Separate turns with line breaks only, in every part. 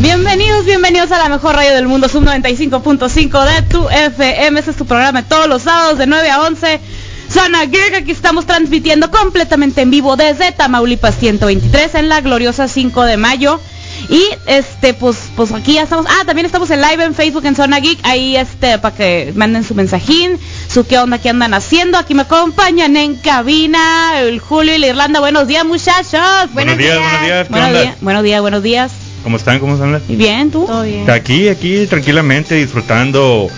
Bienvenidos, bienvenidos a la mejor radio del mundo, Sub 95.5 de tu FM. Este es tu programa de todos los sábados de 9 a 11. Sana Geek, aquí estamos transmitiendo completamente en vivo desde Tamaulipas 123 en la gloriosa 5 de mayo. Y este, pues, pues aquí ya estamos. Ah, también estamos en live en Facebook en Zona Geek. Ahí este, para que manden su mensajín, su qué onda, qué andan haciendo. Aquí me acompañan en cabina el Julio y la Irlanda. Buenos días, muchachos.
Buenos días, buenos días, ¿qué
Buenos
onda?
días, buenos días, buenos días.
¿Cómo están? ¿Cómo están?
¿Y bien tú?
Aquí, aquí, tranquilamente, disfrutando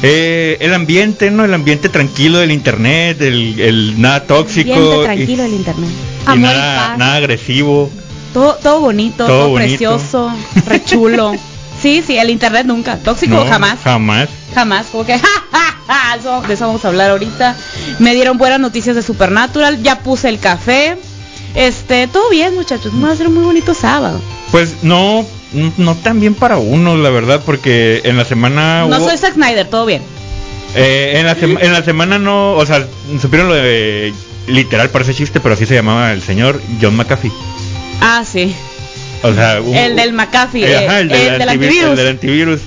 eh, el ambiente, ¿no? El ambiente tranquilo del internet, el, el nada tóxico.
Ambiente tranquilo el internet.
y- y nada, nada agresivo.
Todo, todo bonito, todo,
Todo bonito.
precioso, rechulo. sí, sí, el internet nunca. Tóxico
No,
jamás.
Jamás.
Jamás. Como que ja, ja, ja, eso- de eso vamos a hablar ahorita. Me dieron buenas noticias de Supernatural, ya puse el café. Este, todo bien muchachos, va a ser un muy bonito sábado.
Pues no, no tan bien para uno, la verdad, porque en la semana
no
Ah, hubo-
soy Zack Snyder, todo bien.
Eh, en, la sema- en la semana no, o sea, supieron lo de literal, parece chiste, pero así se llamaba el señor John McAfee.
Ah, sí.
O sea, hubo-
el del McAfee,
Eh,
eh,
ajá,
el,
del
del
antivi-
antivirus.
el del antivirus.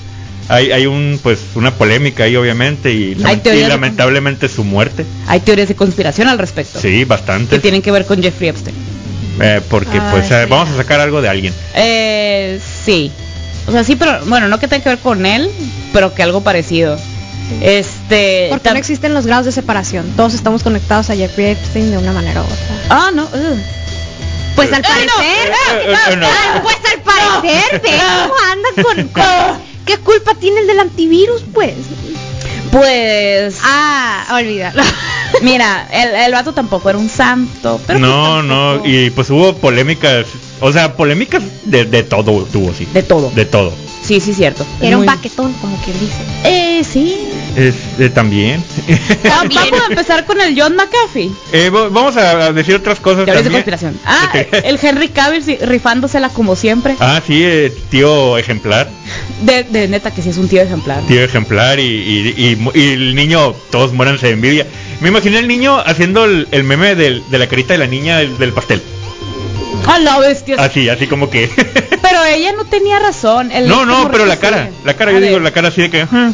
Hay, hay un pues una polémica ahí obviamente y,
Hay
lament-
teorías
y
de-
lamentablemente su muerte.
Hay teorías de conspiración al respecto.
Sí,
Que
bastante.
tienen que ver con Jeffrey Epstein.
Eh, porque pues
Ay,
eh, vamos a sacar algo de alguien.
Eh, sí. O sea, sí, pero bueno, no que tenga que ver con él, pero que algo parecido. Este.
Porque
tam-
no existen los grados de separación. Todos estamos conectados a Jeffrey Epstein de una manera u otra.
Ah, no. ugh.
Pues al
Eh, no,
parecer.
eh, eh, eh, no.
Ah, Pues al parecer, de
No. Ah.
eso andan con, con- ¿Qué culpa tiene el del antivirus, pues?
Pues.
Ah, olvídalo.
Mira, el, el vato tampoco era un santo. Pero pues
No, no,
tampoco-
y pues hubo polémicas, o sea, polémicas de, de todo tuvo, sí.
De todo.
De todo.
Sí, sí, cierto.
Era un
Muy-
paquetón, como quien dice.
Eh, sí.
Es- eh, también.
Va- Ah, Vamos a empezar con el John McAfee.
Eh, vo- vamos a a decir otras cosas
Teorías de
también.
conspiración. Ah, el Henry Cavill sí, rifándosela como siempre.
Ah, sí, eh, tío ejemplar,
De, de neta que sí es un tío ejemplar.
tío ejemplar y, y- y mu- y el niño, todos muéranse de envidia. Me imaginé al niño haciendo el, el meme del- de la carita de la niña del, del pastel.
A la bestia.
Así, así como que...
Pero ella no tenía razón. el-
no,
este
no,
morrito
pero la
sí.
cara, la cara,
A
yo
ver,
digo, la cara así de que... "Ujú",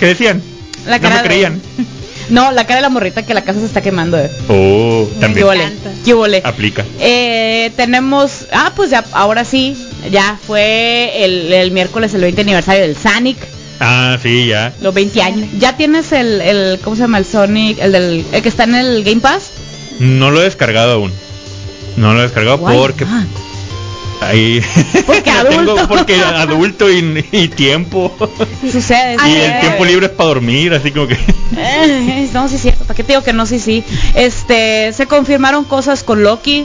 ¿Qué decían?
Ah, la cara
no me
de-
creían.
No, la cara de la morrita que la casa se está quemando. eh.
Oh,
¿Qué
también.
Yo-
ole?
encanta.
¿Qué ole?
Aplica.
Eh, tenemos, ah, pues ya, ahora sí, ya fue el, el miércoles el 20 aniversario del Sonic,
Ah, sí, ya.
los 20 años. Ya tienes el, el ¿cómo se llama? El Sonic, el, del, el que está en el Game Pass.
No lo he descargado aún. No lo he descargado
Guay.
porque...
Ah,
Ahí...
Porque
lo tengo
adulto.
porque adulto y- y tiempo.
Sucede.
Ah,
Y
sucede.
el tiempo libre es para dormir, así como que...
Eh, no, sí es cierto. ¿Para qué te digo que no? Sí, sí. Este, se confirmaron cosas con Loki.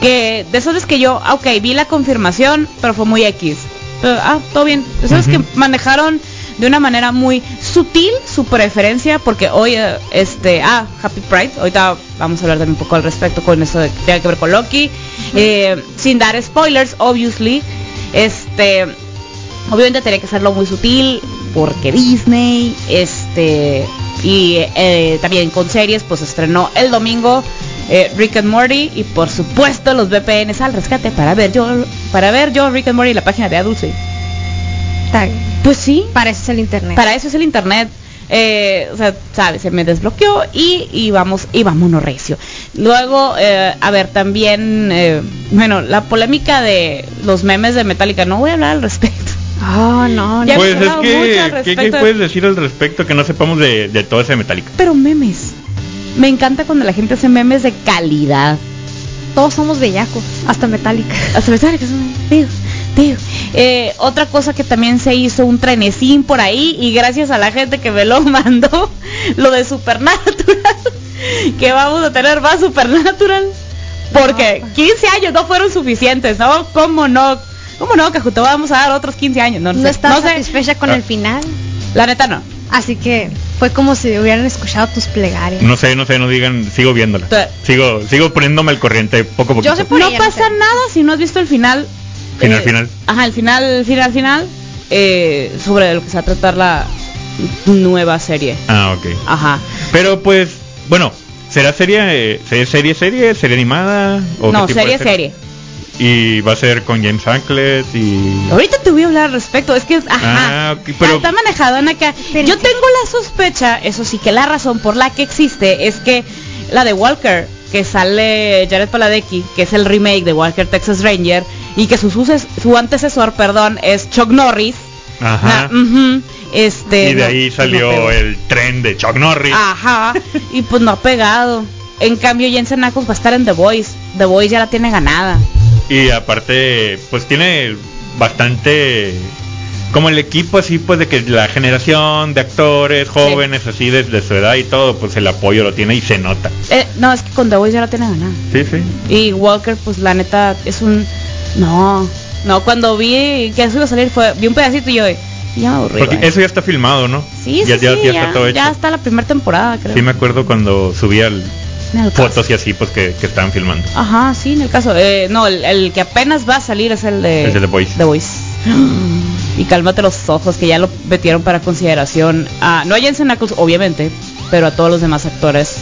Que de esas es que yo, ah, ok, vi la confirmación, pero fue muy X. Eh, ah, todo bien. De esas
Ujú.
que manejaron de una manera muy sutil su preferencia, porque hoy, eh, este, ah, Happy Pride, ahorita vamos a hablar también un poco al respecto con eso de que tiene que ver con Loki. Eh, sin dar spoilers, obviously. Este, Obviamente tenía que hacerlo muy sutil porque Disney, este, y eh, también con series, pues estrenó el domingo eh, Rick and Morty y por supuesto los VPNs al rescate para ver yo, para ver yo Rick and Morty en la página de Adult Swim.
Está bien.
Pues sí,
Para eso es el internet.
para eso es el internet. Eh, o sea, sabes, se me desbloqueó y, y vamos, y vámonos recio. Luego, eh, a ver, también, eh, bueno, la polémica de los memes de Metallica, no voy a hablar al respecto.
Oh, no,
Ya
no.
pues
hemos
es
hablado mucho al
que, ¿qué, qué
respecto de-
puedes decir al respecto que no sepamos de, de todo ese Metallica?
pero memes. Me encanta cuando la gente hace memes de calidad.
Todos somos bellacos, hasta Metallica.
Hasta me sale que es un- tío, tío. Eh, otra cosa que también se hizo un trenecín por ahí y gracias a la gente que me lo mandó, lo de Supernatural, que vamos a tener más Supernatural. Porque
No, pues.
15 años no fueron suficientes, ¿no? ¿Cómo no? ¿Cómo no, Cajuto? Vamos a dar otros 15 años. No, no
No
sé,
estás
no sé.
satisfecha con
Ah.
el final,
La neta no.
así que Fue como si hubieran escuchado tus plegarias.
No sé, no sé, no digan, sigo viéndola.
Te-
Sigo, sigo poniéndome al corriente poco a poco.
Yo sé por
No
ella, no
pasa
sé.
nada si no has visto el final. eh,
Final, final.
Ajá, el final, final, final. eh, sobre lo que se va a tratar la nueva serie.
Ah, ok.
Ajá.
Pero pues, bueno, ¿será serie, eh, se- serie, serie, serie animada? ¿O
No,
qué tipo de
serie, serie.
Y va a ser con James Ackles y...
Ahorita te voy a hablar al respecto, es que ajá,
Ah, ok, pero-
está manejadona acá.
Pero
Yo
que-
tengo la sospecha, eso sí que la razón por la que existe es que la de Walker, que sale Jared Paladecki, que es el remake de Walker Texas Ranger, y que su, suces- su antecesor, perdón, es Chuck Norris.
Ajá.
Na- Ah, ujú, este,
y de
mm, no,
ahí
no Ah,
salió
pegó.
el tren de Chuck Norris.
Ajá, y pues no ha pegado. En cambio, Jensen Ackles va a estar en The Voice. The Voice ya la tiene ganada.
Y aparte, pues tiene bastante... Como el equipo así, pues de que la generación de actores jóvenes, así desde su edad y todo, pues el apoyo lo tiene y se nota.
Eh, no, es que con The Voice ya la tiene ganada.
Sí, sí.
Y Walker, pues la neta, es un... No, no, cuando vi que eso iba a salir, fue, vi un pedacito y yo... eh, Ya me aburrí.
Porque
güey.
eso ya está filmado, ¿no?
Sí, sí,
ya, ya,
sí,
ya
ya,
está todo hecho.
ya está la primera temporada, creo.
Sí me acuerdo cuando subía el-
En el caso.
fotos y así, pues que, que estaban filmando.
Ajá, sí, en el caso. eh, no, el, el que apenas va a salir es el de...
Es el de Boys.
The Voice. Y cálmate los ojos, que ya lo metieron para consideración a... No a Jensen Ackles, obviamente, pero a todos los demás actores.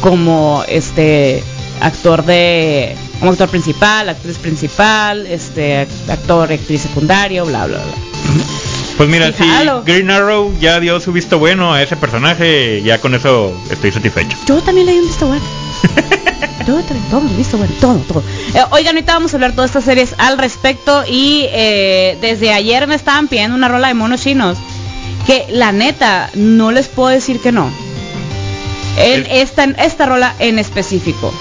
Como este actor de... Como actor principal, actriz principal, este actor, actriz secundario, bla, bla, bla.
Pues mira, si
Fíjalo.
Green Arrow ya dio su visto bueno a ese personaje, ya con eso estoy satisfecho.
Yo también leí un visto bueno. Yo también, todo visto bueno, todo, todo. Eh, oigan, ahorita vamos a hablar todas estas series al respecto y eh, desde ayer me estaban pidiendo una rola de monos chinos que la neta no les puedo decir que no. En
El-
esta, en esta rola en específico.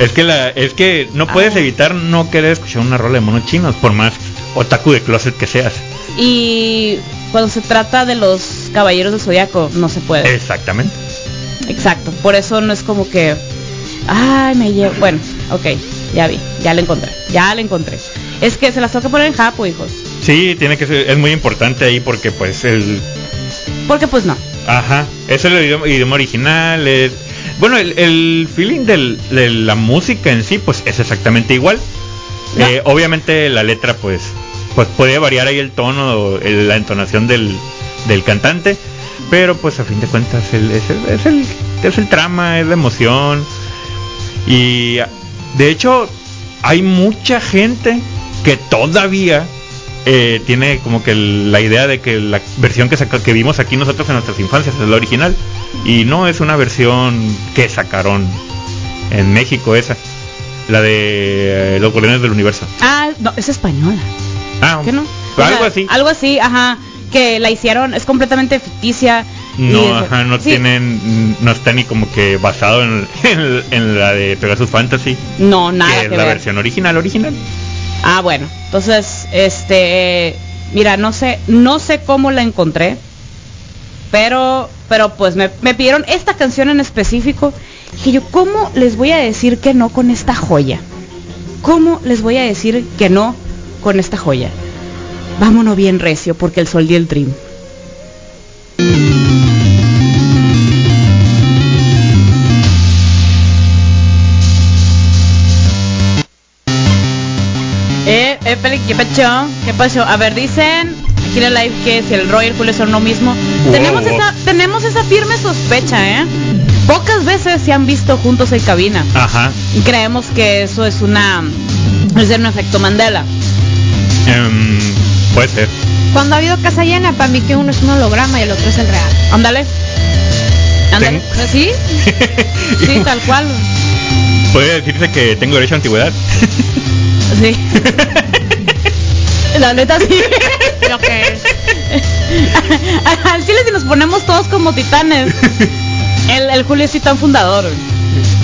Es que la, es que no
Ah.
puedes evitar no querer escuchar una rola de monos chinos, por más otaku de closet que seas.
Y cuando se trata de los caballeros del zodiaco no se puede.
Exactamente.
Exacto. Por eso no es como que. Ay, me llevo. Bueno, ok, ya vi, ya la encontré, ya la encontré. Es que se las toca poner en japo, hijos.
Sí, tiene que ser, es muy importante ahí porque pues el
Porque pues no.
Ajá, eso es el idioma, idioma original. es- bueno, el, el feeling del- de la música en sí, pues es exactamente igual.
Ya.
Eh, obviamente la letra, pues, pues puede variar ahí el tono, el- la entonación del, del cantante, pero pues a fin de cuentas el- es, el, es, el, es el trama, es la emoción. Y de hecho hay mucha gente que todavía eh, tiene como que el- la idea de que la versión que, saca- que vimos aquí nosotros en nuestras infancias es la original y no es una versión que sacaron en México esa, la de eh, los Guardianes del Universo.
Ah, no, es española.
Ah,
¿Qué no? O
algo
sea,
así.
Algo así, ajá. Que la hicieron, es completamente ficticia. y es-
No, ajá, no
sí,
tienen, no está ni como que basado en, en- en la de Pegasus Fantasy,
No, nada.
que
que
es la
ver.
versión original, original.
Ah, bueno. Entonces, este, mira, no sé, no sé cómo la encontré, pero, pero pues me, me pidieron esta canción en específico. Dije yo, ¿cómo les voy a decir que no con esta joya? ¿Cómo les voy a decir que no con esta joya? Vámonos bien recio, porque el sol dio el dream. Eh, eh, Peli, ¿qué pasó? ¿Qué pasó? A ver, dicen aquí en el live que si el Roy y el Julio son lo mismo.
Wow.
Tenemos, esa, tenemos esa firme sospecha, ¿eh? Pocas veces se han visto juntos en cabina.
Ajá.
Y creemos que eso es una... Es un efecto Mandela.
em, puede ser.
Cuando ha habido casa llena, para mí que uno es un holograma y el otro es el real.
Ándale. Ándale.
Tengo-
¿Sí? Sí, tal cual.
Podría decirse que tengo derecho a antigüedad.
Sí. La neta sí.
Lo que es.
Al chile si nos ponemos todos como titanes. El, el Julio es titán fundador.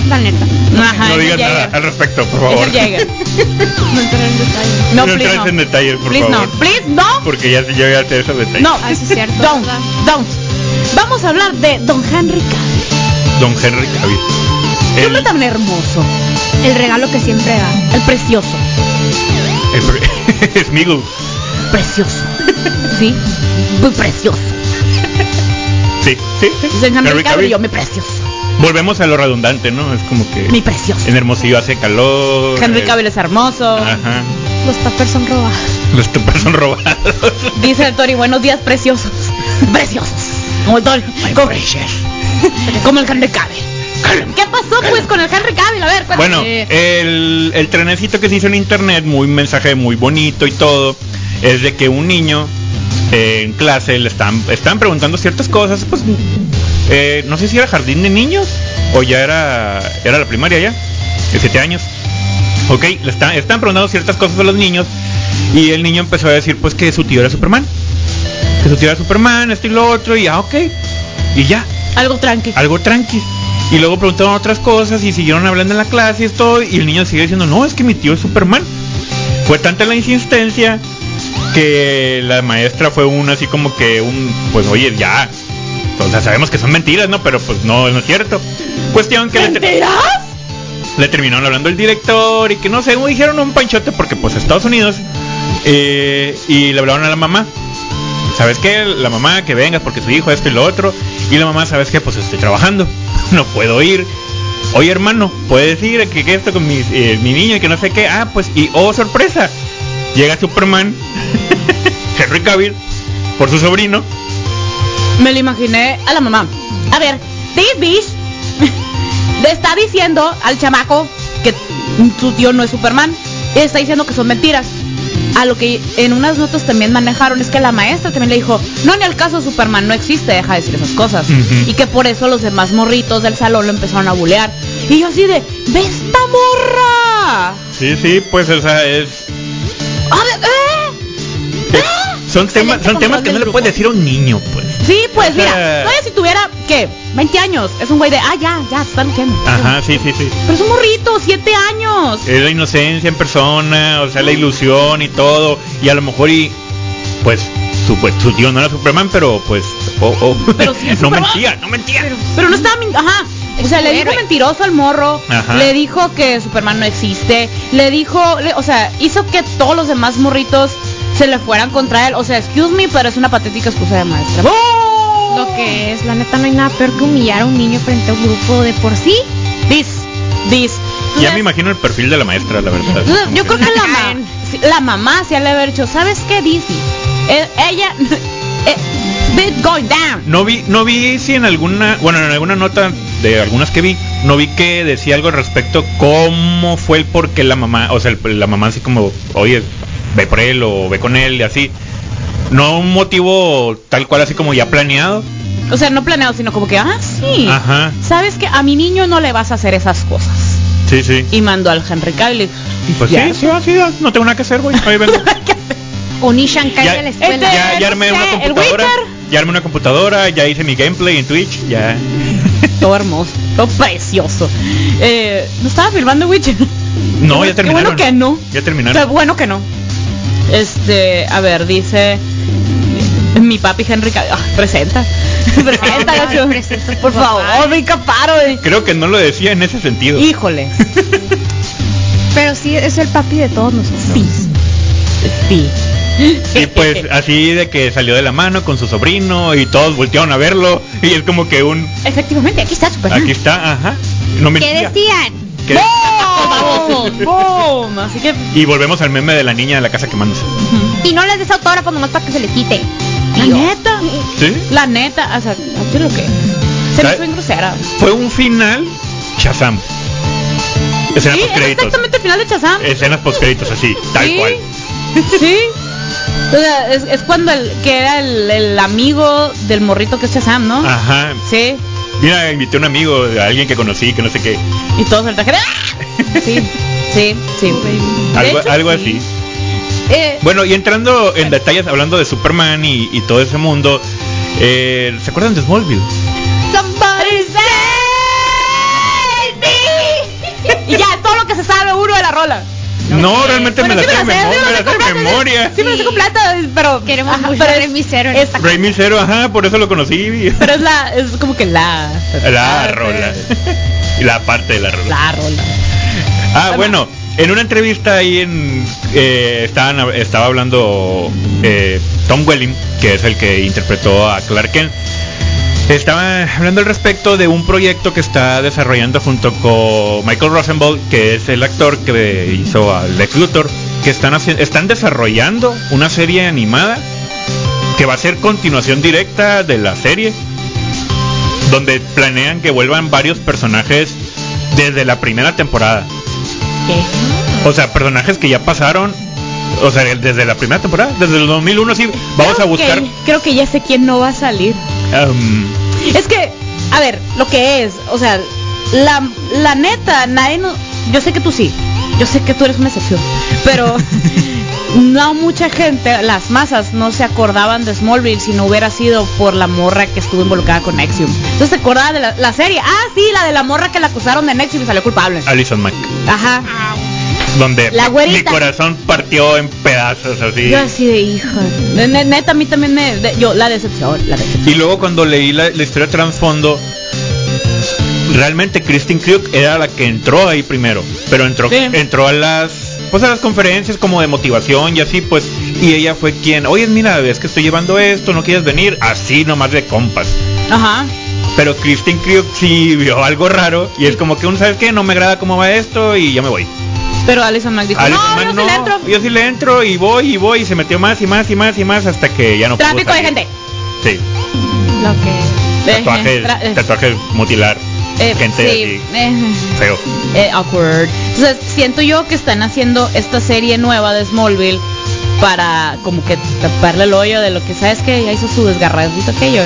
La neta.
Ajá,
no
es el
digas nada
Jaeger.
al respecto, por
Es
favor.
el Jaeger.
No entrar en detalle.
No,
No
please
entres
no.
en detalles, por
please
favor.
no. Please no.
Porque ya se yo ya te esos detalles.
No.
Ah, sí, es cierto,
Don't.
¿verdad?
Don't. Vamos a hablar de Don Henry Cavill.
Don Henry Cavill.
Qué
El-
hombre tan hermoso.
El regalo que siempre da.
El precioso.
el pre- es Miguel.
Precioso. Sí. Muy precioso.
Sí, sí, sí.
Entonces, en
Henry
Henry Cavill
Cavill.
y yo, mi precioso.
Volvemos a lo redundante, ¿no? Es como que
Mi precioso.
en Hermosillo hace calor.
Henry
eh,
Cavill es hermoso.
Ajá.
Los tappers son robados.
Los tupas son robados.
Dice el Tori, buenos días, preciosos. Preciosos. Como el Tori. Como, como el Henry Cavill. ¿Qué pasó pues con el Henry Cavill? A ver, cuéntame.
Bueno, eh, el, el trenecito que se hizo en internet, muy un mensaje muy bonito y todo, es de que un niño eh, en clase le están, están preguntando ciertas cosas, pues eh, no sé si era jardín de niños o ya era, era la primaria ya, de 7 años. Ok, le están, están preguntando ciertas cosas a los niños y el niño empezó a decir pues que su tío era Superman, que su tío era Superman, esto y lo otro, y ah, ok, y ya,
Algo tranqui.
algo tranqui. Y luego preguntaron otras cosas y siguieron hablando en la clase y esto, y el niño sigue diciendo, no, es que mi tío es Superman. Fue tanta la insistencia que la maestra fue una así como que un, pues oye, ya. O sea, sabemos que son mentiras, ¿no? Pero pues no, no es cierto. Cuestión que le, ter-
¿Mentiras?
le terminaron hablando el director y que no sé, dijeron un panchote porque pues Estados Unidos. eh, y le hablaron a la mamá. ¿Sabes qué? La mamá que venga porque su hijo esto y lo otro. Y la mamá, ¿sabes qué? Pues estoy trabajando. No puedo ir. Oye hermano, puedes ir que, que esto con mis, eh, mi niño y que no sé qué. Ah, pues y oh sorpresa. Llega Superman, Henry Cavill, por su sobrino.
Me lo imaginé a la mamá. A ver, this bitch le está diciendo al chamaco que su tío no es Superman. Y está diciendo que son mentiras. A lo que en unas notas también manejaron es que la maestra también le dijo, no en el caso Superman no existe, deja de decir esas cosas.
Ujú.
Y que por eso los demás morritos del salón lo empezaron a bulear. Y yo así de, ¡ve esta morra!
Sí, sí, pues o sea, es,
A ver, ¿eh?
es- Eh, son temas, son
control
temas que
del
no le
grupo.
puedes decir a un niño, pues.
Sí, pues
O sea-
mira, todavía si tuviera, ¿qué? 20 años, es un güey de, ah, ya, ya, te están diciendo.
Ajá, Eh. sí, sí, sí.
Pero es un morrito, siete años.
Es la inocencia en persona, o sea, la ilusión y todo. Y a lo mejor y pues su, pues, su tío no era Superman, pero pues o- o-
Pero sí es
no
Superman.
mentía, no mentía.
Pero no estaba min- Ajá. O sea, le dijo mentiroso al morro,
Ajá.
le dijo que Superman no existe, le dijo, le- o sea, hizo que todos los demás morritos se le fueran contra él. O sea, excuse me, pero es una patética excusa de maestra.
¡Oh!
Lo que es, la neta no hay nada peor que humillar a un niño frente a un grupo de por sí.
This, this.
Ya me imagino el perfil de la maestra, la verdad.
Entonces,
Como
yo creo que la, ma-
Karen.
sí, la mamá se ha de haber dicho, ¿sabes qué, Dizzy? Eh, ella... eh, they're going down.
no vi no vi si en alguna, bueno, en alguna nota de algunas que vi, no vi que decía algo al respecto cómo fue el por qué la mamá, o sea, el- la mamá así como, "Oye, ve por él o ve con él" y así. No un motivo tal cual así como ya planeado.
O sea, no planeado, sino como que, ah, sí.
Ajá.
¿Sabes que A mi niño no le vas a hacer esas cosas.
Sí, sí.
Y mandó al Henry Cavill.
Y Pues
Ya.
sí, sí, va, sí, va. no tengo nada que hacer, güey. Ahí vengo.
O Nishan cae
Ya-
de la escuela.
Este-
ya, ya armé
no sé,
una
el
computadora.
Witcher.
Ya armé una computadora, ya hice mi gameplay en Twitch, ya.
Todo hermoso, todo precioso. Eh, no estaba filmando Witcher.
No, ya
Qué bueno
terminaron.
que no.
Ya
Qué
terminaron.
bueno que no. Este, a ver, dice mi papi Henry Cavill. Ah, presenta. presenta,
Ay,
gacho.
presenta tu
Por
papá.
favor, me caparo. eh.
Creo que no lo decía en ese sentido.
Híjole.
Pero sí, es el papi de todos nosotros.
Sí. Sí.
Y pues así de que salió de la mano con su sobrino y todos voltearon a verlo. Y es como que un.
Efectivamente, aquí está Superman.
Aquí está, ajá. No
¿Qué
mentía.
decían?
¿Qué-
¡Boom! ¡Boom! Así que
Y volvemos al meme de la niña de la casa quemándose.
Y no les des autógrafo nomás para que se le quite.
La
Tío.
neta.
¿Sí?
La neta, o sea, yo lo que. Se me
¿Sabe?
fue en grosera.
Fue un final Shazam. Escena
Sí, es
postcréditos.
exactamente el final de Chazam.
Escenas postcréditos, así, tal
Sí.
cual.
Sí. O sea, es, es cuando el que era el, el amigo del morrito que es Chazam, ¿no?
Ajá.
Sí.
Mira, invité a un amigo, a alguien que conocí, que no sé qué.
Y todos el traje. de- ¡Ah! Sí, sí, sí. De
Algo,
hecho,
algo
sí.
así.
Eh,
Bueno, y entrando en detalles, hablando de Superman y, y todo ese mundo, eh, ¿se acuerdan de Smallville?
somebody save me. Y ya, es todo lo que se sabe uno de la rola.
No, realmente
Bueno,
me la
sí
sé de
me la sé,
memoria.
sí me la sé
Me la sé de
completa,
memoria.
Sí, me lo sé
Sí.
completa, pero.
Queremos
Ajá,
mucho
pero
a
es-
Remy Cero en
es-
esta
Rey Cero, ajá, por eso lo conocí.
Pero es la, es como que la.
La
Ah,
rola. Y la parte de la rola.
La rola.
Ah, bueno, en una entrevista ahí en eh, estaban hab- estaba hablando eh, Tom Welling, que es el que interpretó a Clark Kent, Estaba hablando al respecto de un proyecto que está desarrollando junto con Michael Rosenbaum, que es el actor que hizo a Lex Luthor, que están, haciendo, están desarrollando una serie animada que va a ser continuación directa de la serie, donde planean que vuelvan varios personajes desde la primera temporada. O sea, personajes que ya pasaron, o sea, desde la primera temporada, desde el 2001, sí, vamos
Creo
a buscar...
que- creo que ya sé quién no va a salir.
em,
Es que, a ver, lo que es, o sea, la, la neta, nadie no, yo sé que tú sí, yo sé que tú eres una excepción, pero no mucha gente, las masas no se acordaban de Smallville si no hubiera sido por la morra que estuvo involucrada con Nexium. Entonces se acordaba de la, la serie, ah sí, la de la morra que la acusaron de Nexium y salió culpable.
Alison Mack,
Ajá.
donde
La
mi
güerita.
corazón partió en pedazos así.
Yo así de hija. Ne- ne- Neta, a mí también me... de- yo, la decepción, la decepción.
Y luego cuando leí la, la historia de trasfondo, realmente Kristen Krug era la que entró ahí primero, pero entró,
Sí.
entró a las pues a las conferencias como de motivación y así pues y ella fue quien, oye mira, ves que estoy llevando esto, no quieres venir, así nomás de compas.
Ajá.
Pero Kristen Krug sí vio algo raro y es como que un sabes qué, no me agrada cómo va esto y ya me voy.
Pero Alison Mack dijo, no, yo
Alison Mack,
sí le
no,
entro.
yo sí le entro y voy y voy y se metió más y más y más y más hasta que ya no pudo
Tráfico de
salir.
gente.
Sí.
Lo que.
Tatuaje,
Eh, tra- eh,
tatuaje mutilar.
eh,
gente
sí, eh,
así, feo.
eh, awkward. Entonces siento yo que están haciendo esta serie nueva de Smallville para como que taparle el hoyo de lo que sabes que ya hizo su desgarradito aquello.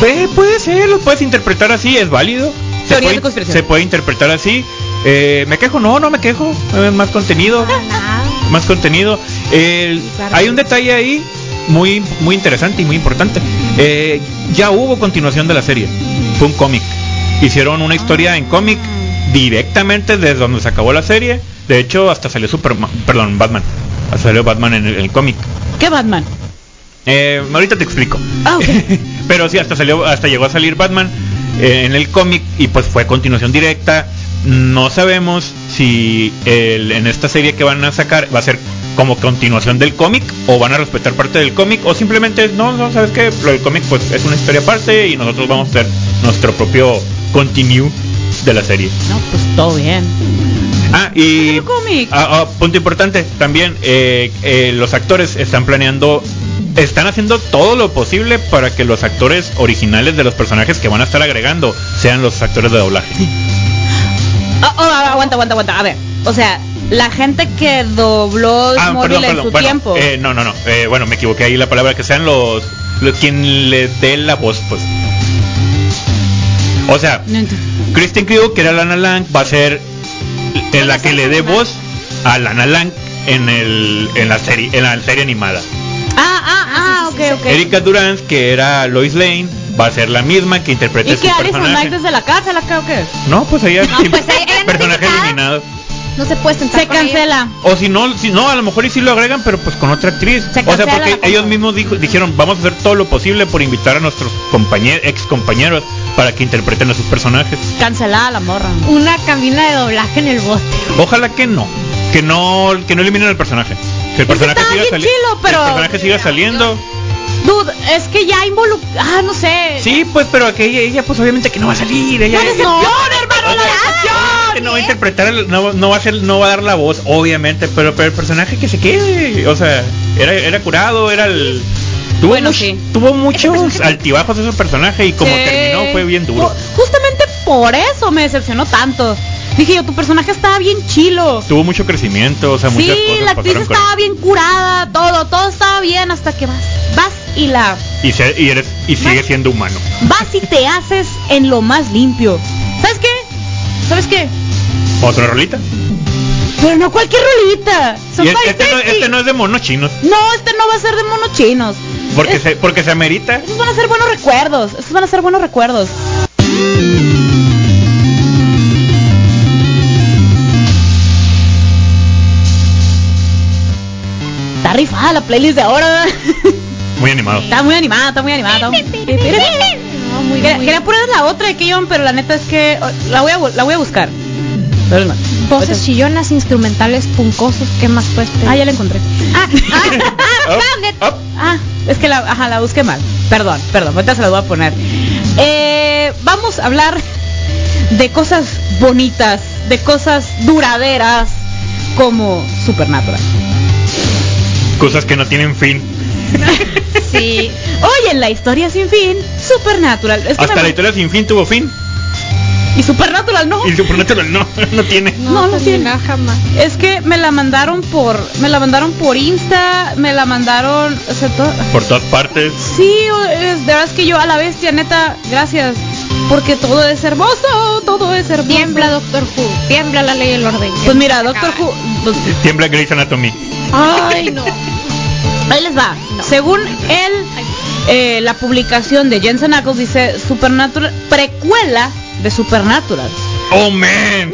Pues, puede ser, lo puedes interpretar así, es válido.
Teorías
Se puede,
de conspiración.
se puede interpretar así. Eh, ¿Me quejo? No, no me quejo. Eh, Más contenido. Más contenido. El-
claro.
hay un detalle ahí muy, muy interesante y muy importante. Eh, ya hubo continuación de la serie. Fue un cómic. Hicieron una historia en cómic directamente desde donde se acabó la serie. De hecho, hasta salió Superman, perdón, Batman. Hasta salió Batman en el- en el cómic.
¿Qué Batman?
Eh, ahorita te explico.
Ah, ok.
Pero sí, hasta salió, hasta llegó a salir Batman eh, en el cómic y pues fue continuación directa. No sabemos si el- en esta serie que van a sacar va a ser como continuación del cómic o van a respetar parte del cómic o simplemente no, no sabes que lo del cómic pues es una historia aparte y nosotros vamos a hacer nuestro propio continue de la serie.
No, pues todo bien.
Ah, y
Es un cómic.
Ah, ah, punto importante también, eh, eh, los actores están planeando, están haciendo todo lo posible para que los actores originales de los personajes que van a estar agregando sean los actores de doblaje.
Ah, oh, ah, aguanta, aguanta, aguanta. A ver, o sea, la gente que dobló
Ah,
Smallville Pues en
perdón, perdón.
su
Bueno,
tiempo.
eh, no, no, no. eh, bueno, me equivoqué ahí la palabra que sean los, los- quien le dé la voz, pues. O sea,
No entiendo.
Kristen Krug, que era Lana Lang, va a ser en la que le dé voz a Lana Lang en el en la serie en la serie animada.
Ah, ah, ah, ok, ok.
Erika Durant, que era Lois Lane, va a ser la misma que interprete
¿Y
este, su
que Alison Mack
personaje.
desde la cárcel acá o qué?
No, pues ella
No, pues ella- ella no
personaje
tiene nada.
eliminado.
No se puede sentar
Se
con ella.
cancela.
O si no, si no, a lo mejor y sí lo agregan, pero pues con otra actriz.
Se
o sea,
cancela la
porque
cosa.
ellos mismos dijo- dijeron, vamos a hacer todo lo posible por invitar a nuestros compañeros, ex compañeros, para que interpreten a sus personajes.
Cancelada la morra.
Una cabina de doblaje en el bote.
Ojalá que no, que no, que no eliminen al personaje. Que
que
el personaje
estaba
siga
bien
saliendo.
chilo, pero-
el personaje siga saliendo.
Dude, es que ya involucra... Ah, no sé.
Sí, pues, pero que ella, ella, pues obviamente que no va a salir. Ella,
La
ella-
decepción, hermano, la
Oye, que
decepción.
no este, va a interpretar el- no, no va a ser no va a dar la voz obviamente pero, pero el personaje que se quede o sea era, era curado era el tuvo,
Bueno,
much-
sí.
tuvo muchos altibajos ese personaje y como
Sí.
terminó fue bien duro
Ju- Justamente por eso me decepcionó tanto. Dije yo, tu personaje estaba bien chilo.
tuvo mucho crecimiento o sea
Sí,
muchas cosas
la actriz
pasaron con
estaba bien curada, todo, todo estaba bien hasta que vas, vas y la,
y, se- y eres y sigue siendo humano
vas y te haces en lo más limpio. ¿Sabes qué? ¿Sabes qué?
otra rolita
Pero no cualquier rolita.
Y
Somebody
es- este, no,
sexy.
este no es de monos chinos
No, este no va a ser de monos chinos.
porque
Es-
se porque se amerita
Estos van a ser buenos recuerdos. Estos van a ser buenos recuerdos. Está rifada la playlist de ahora. ¿verdad?
muy animado
está muy animada, está muy animada. está muy-
No, muy,
Quería,
muy-
quería poner la otra de Keyon, pero la neta es que oh, la voy a, bu- la voy a buscar. Pero no.
Voces chillonas, instrumentales, puncosos, ¿qué más puedes pedir?
Ah, ya la encontré. Ah, ah, ah,
Up,
found it.
up.
Ah, es que la, ajá, la busqué mal. Perdón, perdón, ahorita se lo voy a poner. Eh, vamos a hablar de cosas bonitas, de cosas duraderas, como Supernatural.
Cosas que no tienen fin.
Sí.
Hoy en la historia sin fin, Supernatural. Es que
Hasta
me-
la historia sin fin tuvo fin.
Y Supernatural no.
Y Supernatural no, no tiene.
No, no
pues
tiene.
nada, jamás.
Es que me la mandaron por, me la mandaron por Insta, me la mandaron, o sea, todo-
Por todas partes.
Sí, o- es- de verdad es que yo a la bestia, neta, gracias, porque todo es hermoso, todo es hermoso.
Tiembla Doctor Who, tiembla la ley del orden.
Pues mira, Doctor pues, Who,
Tiembla Grey's Anatomy.
Ay, no.
ahí les va.
No.
Según él, eh, la publicación de Jensen Ackles dice Supernatural, precuela de Supernatural.
Oh man.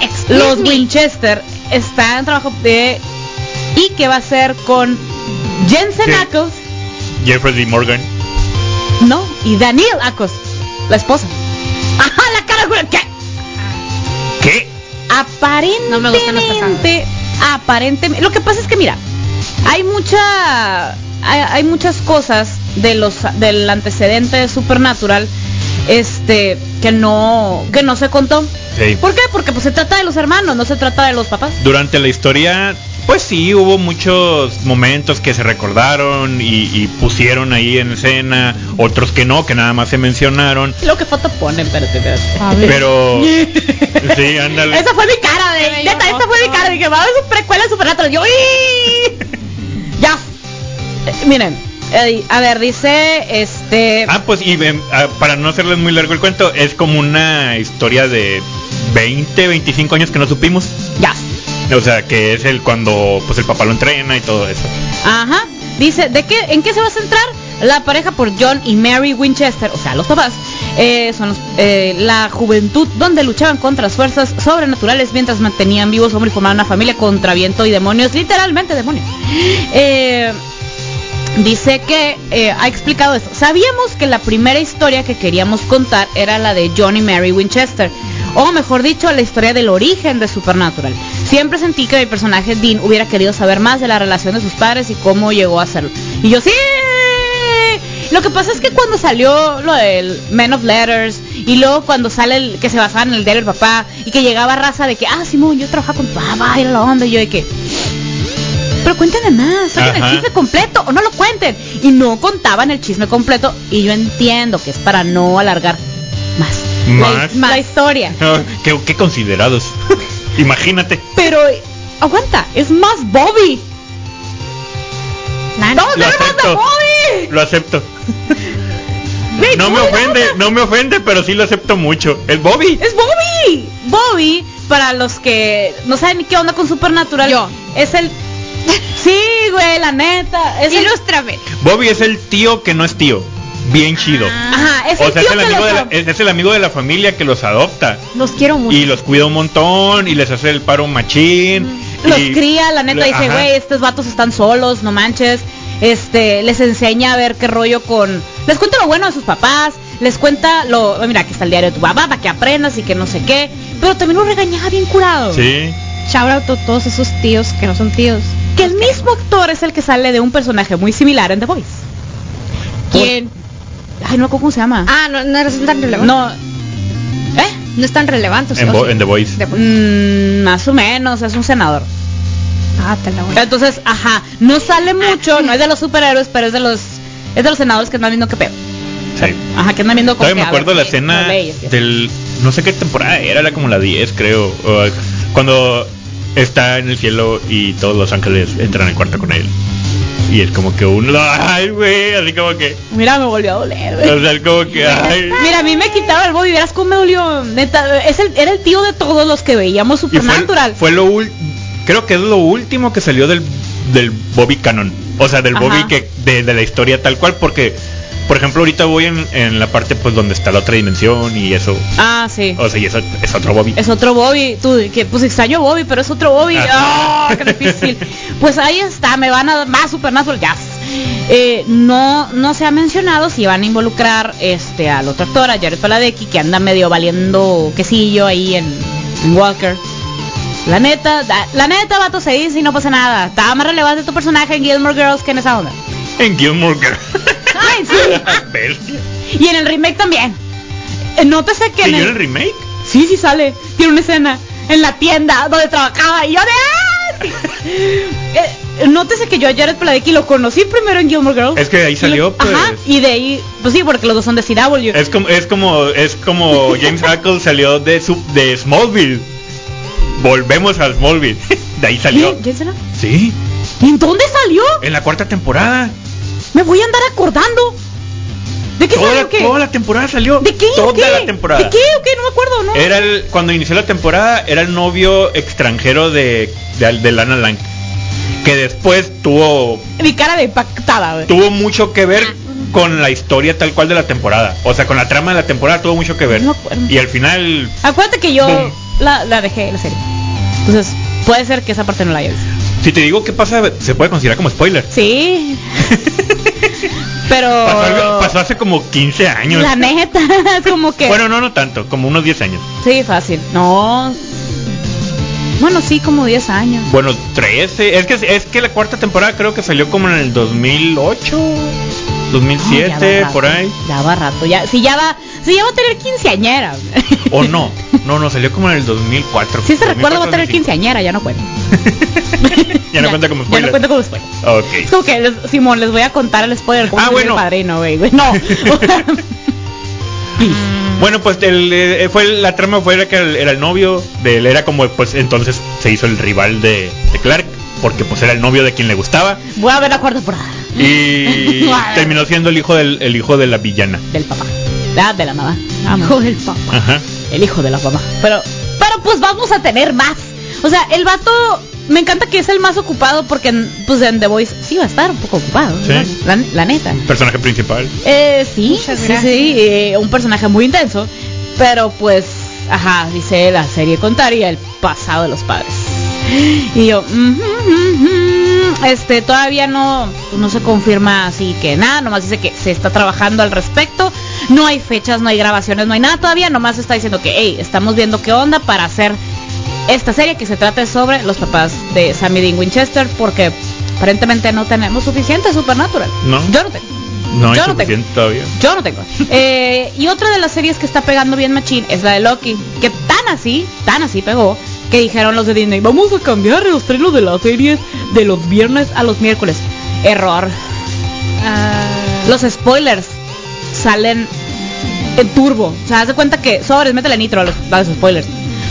Excuse
Los
me.
Winchester están en trabajo de y que va a ser con Jensen
Sí.
Ackles,
Jeffrey D. Morgan.
no, y Daniel Ackles, la esposa. Ajá, la cara güey, ¿qué?
¿Qué?
Aparentemente,
No me gustan los casados.
Aparentemente, lo que pasa es que mira, hay mucha, hay, hay muchas cosas de los del antecedente de Supernatural, este, que no, que no se contó.
Sí.
¿Por qué? Porque pues se trata de los hermanos, no se trata de los papás.
Durante la historia, pues sí, hubo muchos momentos que se recordaron y, y pusieron ahí en escena, otros que no, que nada más se mencionaron.
Lo que foto ponen, espérate, espérate.
A ver.
Pero... Sí, ándale.
Esa fue mi cara, de,
Ay,
neta,
no,
esa fue mi
no.
cara, dije, va a haber su precuela de Supernatural. Yo, ¡ih! ya. Eh, miren, eh, a ver, dice, este...
Ah, pues y em, ah, para no hacerles muy largo el cuento, es como una historia de 20, 25 años que no supimos.
Ya.
O sea, que es el cuando pues el papá lo entrena y todo eso.
Ajá. Dice, ¿de qué, ¿en qué se va a centrar? La pareja por John y Mary Winchester, o sea, los papás, eh, son los- eh, la juventud donde luchaban contra las fuerzas sobrenaturales mientras mantenían vivos hombre y formaban una familia contra viento y demonios, literalmente demonios. Eh, Dice que eh, ha explicado esto. Sabíamos que la primera historia que queríamos contar era la de Johnny Mary Winchester. O mejor dicho, la historia del origen de Supernatural. Siempre sentí que mi personaje Dean hubiera querido saber más de la relación de sus padres y cómo llegó a serlo. Y yo sí. Lo que pasa es que cuando salió lo del Man of Letters y luego cuando sale el que se basaba en el diario del papá y que llegaba raza de que, ah, Simón, yo trabajaba con tu papá, era la onda, y yo de que, pero cuéntame más, saquen el
Ajá.
chisme completo o no lo cuenten. Y no contaban el chisme completo y yo entiendo que es para no alargar más,
Más.
La, la historia.
Ah, qué, qué considerados. Imagínate.
Pero eh, aguanta, es más Bobby.
Nah,
¡Vamos a
Lo
ver más de
acepto.
Bobby!
Lo acepto.
Güey,
No
¿cómo
me
le
ofende,
vamos a-
no me ofende, pero sí lo acepto mucho. El Bobby.
¡Es Bobby! Bobby, para los que no saben ni qué onda con Supernatural,
Yo.
es el... Sí, güey, la neta. Es el-
Ilústrame.
Bobby es el tío que no es tío. Bien chido.
Ajá, Ah, es
O
el
sea, es
tío
el,
que
amigo
los
de la-
am-
es- es el amigo de la familia que los adopta.
Los quiero mucho.
Y los cuida un montón y les hace el paro machín.
los
y-
cría, la neta
le-
dice,
ajá.
güey, estos vatos están solos, no manches. Este, les enseña a ver qué rollo con. Les cuenta lo bueno de sus papás, les cuenta lo. "Ah, Mira, aquí está el diario de tu papá para que aprendas y que no sé qué. Pero también lo regañaba bien curado.
Sí.
Shout out a todos esos tíos que no son tíos.
Que el mismo actor es el que sale de un personaje muy similar en The Voice.
¿Quién?
Ay, no, me acuerdo ¿cómo se llama?
Ah, no, no es tan relevante.
no. ¿Eh?
no es tan relevante. o sea,
En, Bo-
sí.
en The Voice.
De-
Mm, más o menos, es un senador.
Ah, te la voy a-
Entonces, ajá, no sale mucho, no es de los superhéroes, pero es de los es de los senadores que andan viendo qué pedo.
Sí.
Ajá, que andan viendo como
Todavía me
que, a ver,
acuerdo la
qué-
escena
las leyes, qué-
del no sé qué temporada era, era como la 10, creo. o- cuando está en el cielo y todos los ángeles entran al cuarto con él. Y es como que uno, ay, güey, así como que,
Mira, me volvió a doler. güey.
o sea, es como que, ay.
Mira, a mí me quitaron el Bobby, verás cómo me dolió. Neta, es el, era el tío de todos los que veíamos
Y fue,
Supernatural.
fue lo ul- creo que es lo último que salió del, del Bobby Canon. O sea, del
Ajá.
Bobby que de, de la historia tal cual, porque, por ejemplo, ahorita voy en, en la parte pues donde está la otra dimensión y eso.
Ah, sí.
O sea, y eso es otro Bobby.
Es otro Bobby, tú, que pues extraño a Bobby, pero es otro Bobby.
Ajá.
¡Ah, qué difícil! Pues ahí está, me van a dar más Supernatural Jazz. Eh, no, no se ha mencionado si van a involucrar este al otro actor, a Jared Paladecki, que anda medio valiendo quesillo ahí en, en Walker. La neta, da- la neta, vato, se dice y no pasa nada. Estaba más relevante tu personaje en Gilmore Girls que en esa onda.
En Gilmore Girls.
Ah, en
Bestia.
Y en el remake también. Eh, Nótese que
¿Que
en
yo
el-
en el remake?
Sí, sí sale. Tiene una escena en la tienda donde trabajaba y yo de ¡ah! Eh, Nótese que yo a Jared Padalecki lo conocí primero en Gilmore Girls.
Es que ahí
Y lo-
salió, pues.
Ajá, y de ahí, pues sí, porque los dos son de CW.
Es como, es como, es como James Hackle salió de su, de Smallville. Volvemos a Smallville. De ahí salió.
¿Quién- quién será?
Sí,
¿Y en dónde salió?
en la cuarta temporada.
Me voy a andar acordando. ¿De qué
Toda
salió
la,
qué?
toda la temporada salió.
¿De qué? o
Toda
qué?
la temporada.
¿De qué? ¿O qué? No me acuerdo, ¿no?
Era el, cuando inició la temporada, era el novio extranjero de, de, de Lana Lang. Que después tuvo,
Mi cara de impactada, güey.
tuvo mucho que ver con la historia tal cual de la temporada. O sea, con la trama de la temporada tuvo mucho que ver.
No me acuerdo.
y al final,
Acuérdate que yo
Boom.
la, la dejé la serie. Entonces, puede ser que esa parte no la haya visto.
si te digo qué pasa, se puede considerar como spoiler.
Sí. Pero.
Pasó, algo- pasó hace como 15 años.
Oh. La neta, es como que.
Bueno, no, no tanto, como unos 10 años.
Sí, fácil. No. Bueno, sí, como 10 años.
Bueno, 13. Es que, es que la cuarta temporada creo que salió como en el 2008,
No, ya
2007,
va rato,
por ahí.
Ya va rato. Ya, si ya va. Si ya va a tener quinceañera.
O no, este no, no, salió como en el 2004.
Si se recuerda, va a tener
2004,
quinceañera, ya no cuenta.
2005. ya no cuenta como
Ya no
spoiler.
cuenta como spoiler. Es
Ok.
como que, les- Simón, les voy a contar el spoiler.
Ah,
Ah, bueno.
bueno.
padrino, güey. güey. No.
Bueno, pues el, eh, fue la trama fue que el- era el novio de él, era como pues entonces se hizo el rival de, de Clark, porque pues era el novio de quien le gustaba
voy a ver la cuarta temporada
y terminó siendo el hijo del el hijo de la villana.
del papá. La de la mamá. Vamos.
Hijo del papá.
Ajá.
el hijo de la mamá. Pero, pero pues vamos a tener más. O sea, el vato me encanta que es el más ocupado porque en- pues en The Voice sí va a estar un poco ocupado.
Sí.
¿no? La, la neta.
Personaje principal.
Eh, sí,
Muchas
sí,
gracias.
sí, eh, un personaje muy intenso, pero pues, ajá, dice la serie contaría el pasado de los padres. Y yo, "Ujú, ujú, ujú". este, todavía no, no se confirma así que nada, nomás dice que se está trabajando al respecto, no hay fechas, no hay grabaciones, no hay nada todavía, nomás está diciendo que, hey, estamos viendo qué onda para hacer esta serie que se trata sobre los papás de Sammy Dean Winchester, porque aparentemente no tenemos suficiente Supernatural.
No.
Yo no tengo.
No es
Yo no tengo.
suficiente todavía.
Yo no tengo. Eh, y otra de las series que está pegando bien machín es la de Loki, que tan así, tan así pegó, que dijeron los de Disney, vamos a cambiar los estrenos de las series de los viernes a los miércoles. Error.
Ah,
Los spoilers salen en turbo. O sea, haz de cuenta que sobres, métele nitro a los, a los spoilers.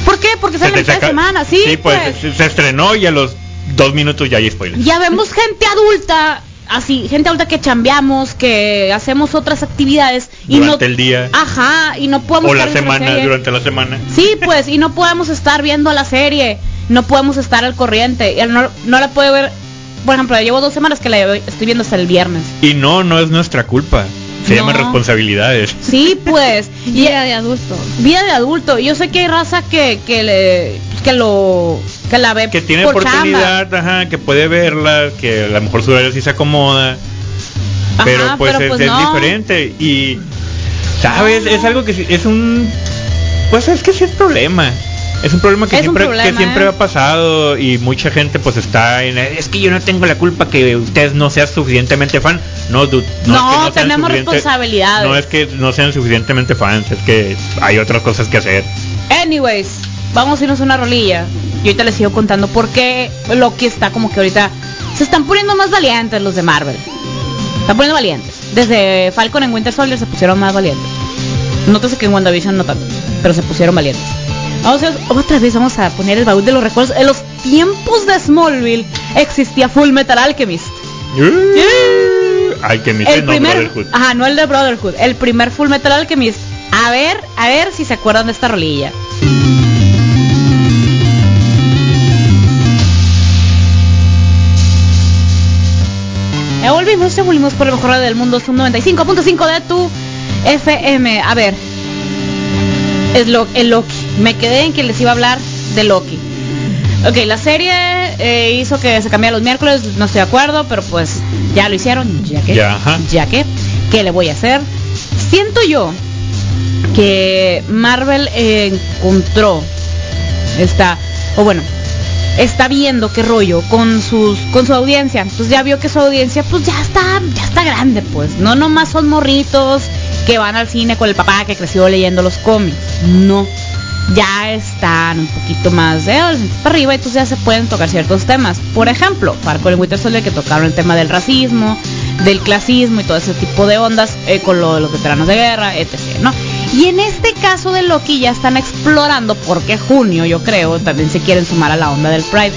¿Por qué? Porque Pues salen
te
en mitad de
saca-
semana, sí.
pues,
pues.
Se, se estrenó y a los dos minutos ya hay spoilers.
ya vemos gente adulta, así, gente adulta que chambeamos, que hacemos otras actividades y
Durante
no
el día.
Ajá, y no podemos
o la
estar viendo
semana,
serie.
durante la semana.
Sí, pues, y no podemos estar viendo la serie, no podemos estar al corriente, y no, no la puedo ver. Por ejemplo, llevo dos semanas que la estoy viendo hasta el viernes.
Y no, no es nuestra culpa. Se
No.
llama responsabilidades.
Sí, pues, y
Vida de adulto.
vida de adulto. Yo sé que hay raza que, que le que lo que la ve
Que tiene
por chamba.
oportunidad, ajá, que puede verla, que a lo mejor su horario sí se acomoda.
Ajá,
pero pues
pero
es,
pues
es
no.
diferente. Y, ¿sabes? Es algo que sí- es un... Pues es que sí es problema. Es un problema que
Es un
siempre, que
problema,
siempre
¿eh?
ha pasado y mucha gente pues está en... Es que yo no tengo la culpa que ustedes no sean suficientemente fan. No, dude, no, es que
No,
sean
tenemos
suficiente-
responsabilidades.
No es que no sean suficientemente fans, es que hay otras cosas que hacer.
Anyways, vamos a irnos a una rolilla. Y ahorita les sigo contando por qué Loki está como que ahorita se están poniendo más valientes los de Marvel. Están poniendo valientes. Desde Falcon en Winter Soldier se pusieron más valientes. Nótese que en WandaVision no tanto, pero se pusieron valientes. Vamos a, otra vez vamos a poner el baúl de los recuerdos. En los tiempos de Smallville existía Full Metal Alchemist.
Ay, que me
El
dicen no,
primer, ah.
Brotherhood.
ajá, no el de Brotherhood, el primer Full Metal Alchemist. A ver, a ver si se acuerdan de esta rolilla. Ya volvimos, ya volvimos por el mejor radio del mundo, son 95.5 de tu FM. A ver, es lo, el Loki. Me quedé en que les iba a hablar de Loki. Ok, la serie eh, hizo que se cambiara los miércoles, no estoy de acuerdo, pero pues ya lo hicieron, ya que,
Ya, ajá.
ya que, ¿qué le voy a hacer? Siento yo que Marvel eh, encontró esta, o bueno, está viendo qué rollo con sus con su audiencia. Entonces ya vio que su audiencia pues ya está ya está grande, pues. No nomás son morritos que van al cine con el papá que creció leyendo los cómics. No. Ya están un poquito más de adolescentes para arriba, entonces ya se pueden tocar ciertos temas. Por ejemplo, para Colin Winter Soldier que tocaron el tema del racismo, del clasismo y todo ese tipo de ondas eh, con lo de los veteranos de guerra, etc. ¿no? Y en este caso de Loki ya están explorando, porque junio yo creo, también se quieren sumar a la onda del Pride.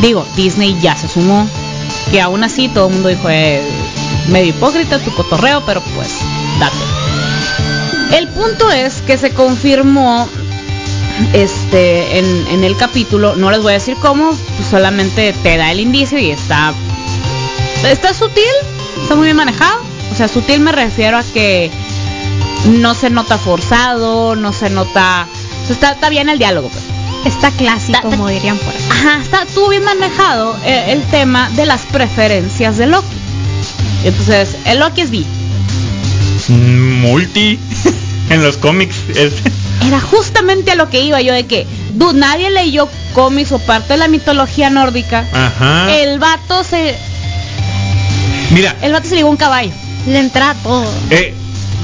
Digo, Disney ya se sumó, que aún así todo el mundo dijo, eh, medio hipócrita tu cotorreo, pero pues date. El punto es que se confirmó este en, en el capítulo, no les voy a decir cómo, pues solamente te da el indicio y está está sutil, está muy bien manejado. O sea, sutil me refiero a que no se nota forzado, no se nota. o sea, está, está bien el diálogo, pues.
Está clásico,
Ta- ta-
como dirían por ahí.
Ajá, está estuvo bien manejado eh, el tema de las preferencias de Loki. Entonces, el Loki es bi.
Multi. en los cómics. Es,
Era justamente a lo que iba yo de que, dude, nadie leyó cómics o parte de la mitología nórdica.
ajá.
El vato se.
Mira,
El vato se ligó un caballo.
Le entra a todo.
eh,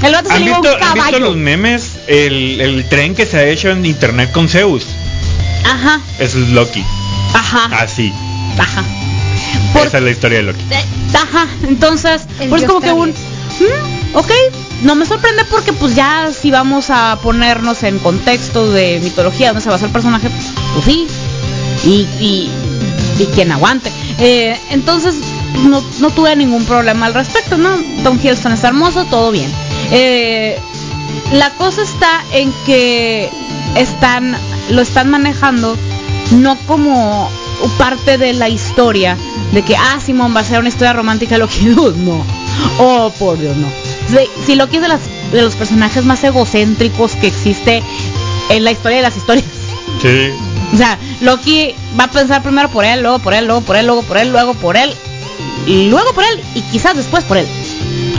El vato se
¿Han
ligó
visto,
un
han visto
caballo.
los memes? El, el tren que se ha hecho en internet con Zeus.
Ajá,
Eso es Loki.
Ah.
ajá,
Así.
ajá. Por-
Ah. Esa es la historia de Loki.
Eh, Ajá, entonces,
El
pues
Dios
como que un...
Tavies.
"Mm, ok, no me sorprende porque pues ya si vamos a ponernos en contexto de mitología, donde se basa el personaje, pues, pues sí. Y, y, y quien aguante. Eh, entonces, no, no tuve ningún problema al respecto, ¿no? Tom Hiddleston está hermoso, todo bien. Eh, la cosa está en que están lo están manejando no como parte de la historia de que ah Simón va a ser una historia romántica lo que no oh por Dios no si, si Loki es de las de los personajes más egocéntricos que existe en la historia de las historias
Sí.
o sea Loki va a pensar primero por él luego por él luego por él luego por él luego por él y luego por él y quizás después por él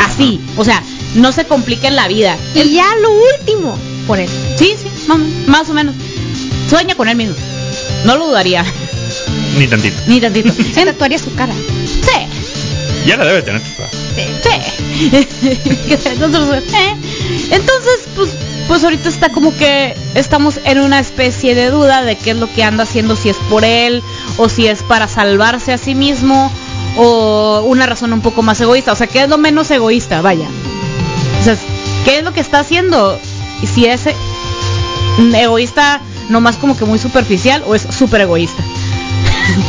así o sea no se complica en la vida
Y ya lo último, por él.
Sí, sí, más, más o menos. Sueña con él mismo. No lo dudaría,
Ni tantito.
ni tantito.
Se tatuaría su cara.
sí,
Ya la debe tener. tu papá.
sí. Que sea con su- eh. Entonces, pues, pues ahorita está como que estamos en una especie de duda de qué es lo que anda haciendo, si es por él, o si es para salvarse a sí mismo, o una razón un poco más egoísta. O sea, ¿qué es lo menos egoísta? Vaya. O sea, ¿qué es lo que está haciendo? Y si es eh, egoísta nomás como que muy superficial o es súper egoísta.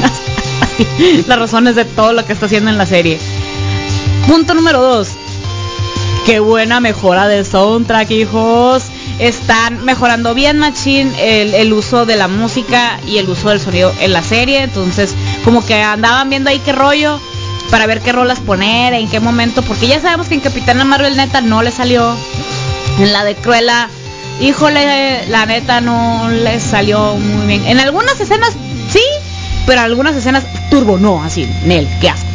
Así, las razones de todo lo que está haciendo en la serie. Punto número dos. Qué buena mejora del soundtrack, hijos. Están mejorando bien, Machín, el, el uso de la música y el uso del sonido en la serie. Entonces, como que andaban viendo ahí qué rollo para ver qué rolas poner, en qué momento. Porque ya sabemos que en Capitana Marvel neta no le salió. En la de Cruella, híjole, la neta no le salió muy bien. En algunas escenas sí, pero en algunas escenas turbo no, así, Nel, qué asco.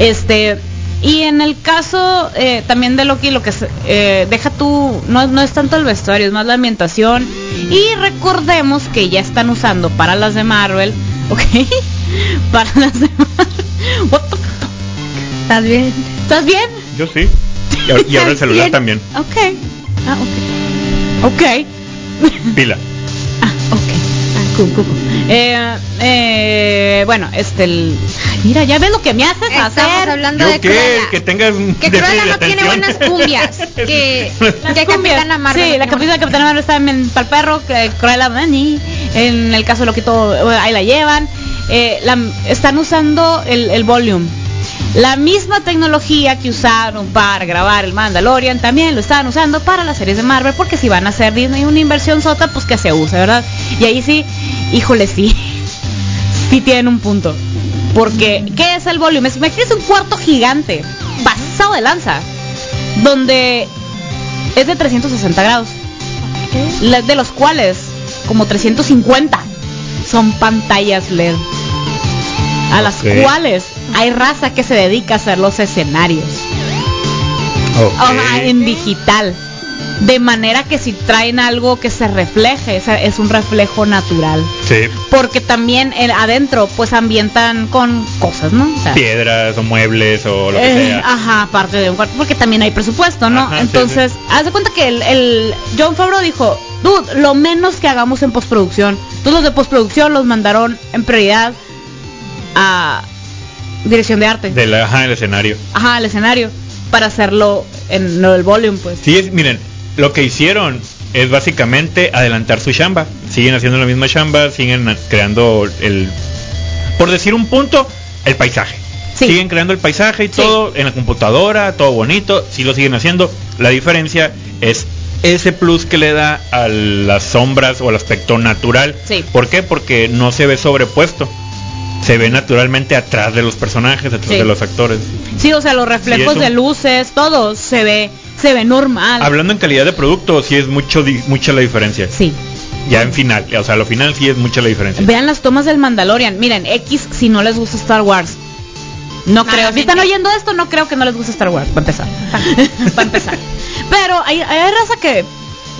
Este, y en el caso eh, también de Loki, lo que se- eh, deja tú, no, no es tanto el vestuario, es más la ambientación. Y recordemos que ya están usando para las de Marvel, ¿ok? Para las de Marvel. What the fuck?
¿Estás bien?
¿Estás bien?
Yo sí. Y, ahora- y ahora el celular también.
Ok.
Ah, ok.
Ok.
Pila.
Ah, ok. Ah, cool, cool, cool. Eh, eh, bueno, este el... Ay, Mira, ya ves lo que me haces
Estamos
hacer.
hablando
Yo
de
qué,
Cruella.
que tengas un
Que
déficit
Cruella
de
no tiene
atención.
buenas cumbias. Que,
Las
que
cumbias.
Capitana Marvel.
Sí,
no
la
tiene
capitana Marvel está en en Pal Perro, que eh, Cruella Bunny. En el caso de Loquito, eh, ahí la llevan. Eh, la- están usando el, el volume. La misma tecnología que usaron para grabar el Mandalorian también lo están usando para las series de Marvel porque si van a hacer Disney una inversión sota, pues que se use, ¿verdad? Y ahí sí, híjole, sí. sí tienen un punto. Porque, ¿qué es el volumen? Es- Imagínense un cuarto gigante, pasado de lanza, donde es de 360 grados,
buenas.
la- de los cuales como 350 son pantallas LED, a las
Ok.
cuales hay raza que se dedica a hacer los escenarios
Ok.
o sea, en digital. de manera que si traen algo que se refleje, o sea, es un reflejo natural.
Sí.
Porque también el, adentro pues ambientan con cosas, ¿no? O sea,
Piedras o muebles o lo que
eh,
sea.
ah.
ajá, aparte de un cuarto, porque también hay presupuesto, ¿no?
Ajá, sí,
Entonces, haz de cuenta que el, el John Favreau dijo, dude, lo menos que hagamos en postproducción. Todos los de postproducción los mandaron en prioridad a dirección de arte.
Del, ajá, el escenario.
Ajá, al escenario. Para hacerlo en lo del volumen, pues.
Sí, es, miren, lo que hicieron es básicamente adelantar su chamba. Siguen haciendo la misma chamba, siguen creando el, por decir un punto, el paisaje.
Sí.
Siguen creando el paisaje y todo en la computadora, todo bonito, sí lo siguen haciendo. La diferencia es ese plus que le da a las sombras o al aspecto natural.
Sí.
¿Por qué? Porque no se ve sobrepuesto. Se ve naturalmente atrás de los personajes, atrás
Sí.
de los actores.
Sí, o sea, los reflejos
Sí, eso.
de luces, todo se ve, se ve normal.
Hablando en calidad de producto, sí es mucho di- mucha la diferencia.
Sí.
Ya en final, o sea, lo final sí es mucha la diferencia.
Vean las tomas del Mandalorian. Miren, X si no les gusta Star Wars. No creo. Si
Claramente.
están oyendo esto, no creo que no les guste Star Wars, para empezar. para empezar. Pero hay, hay raza que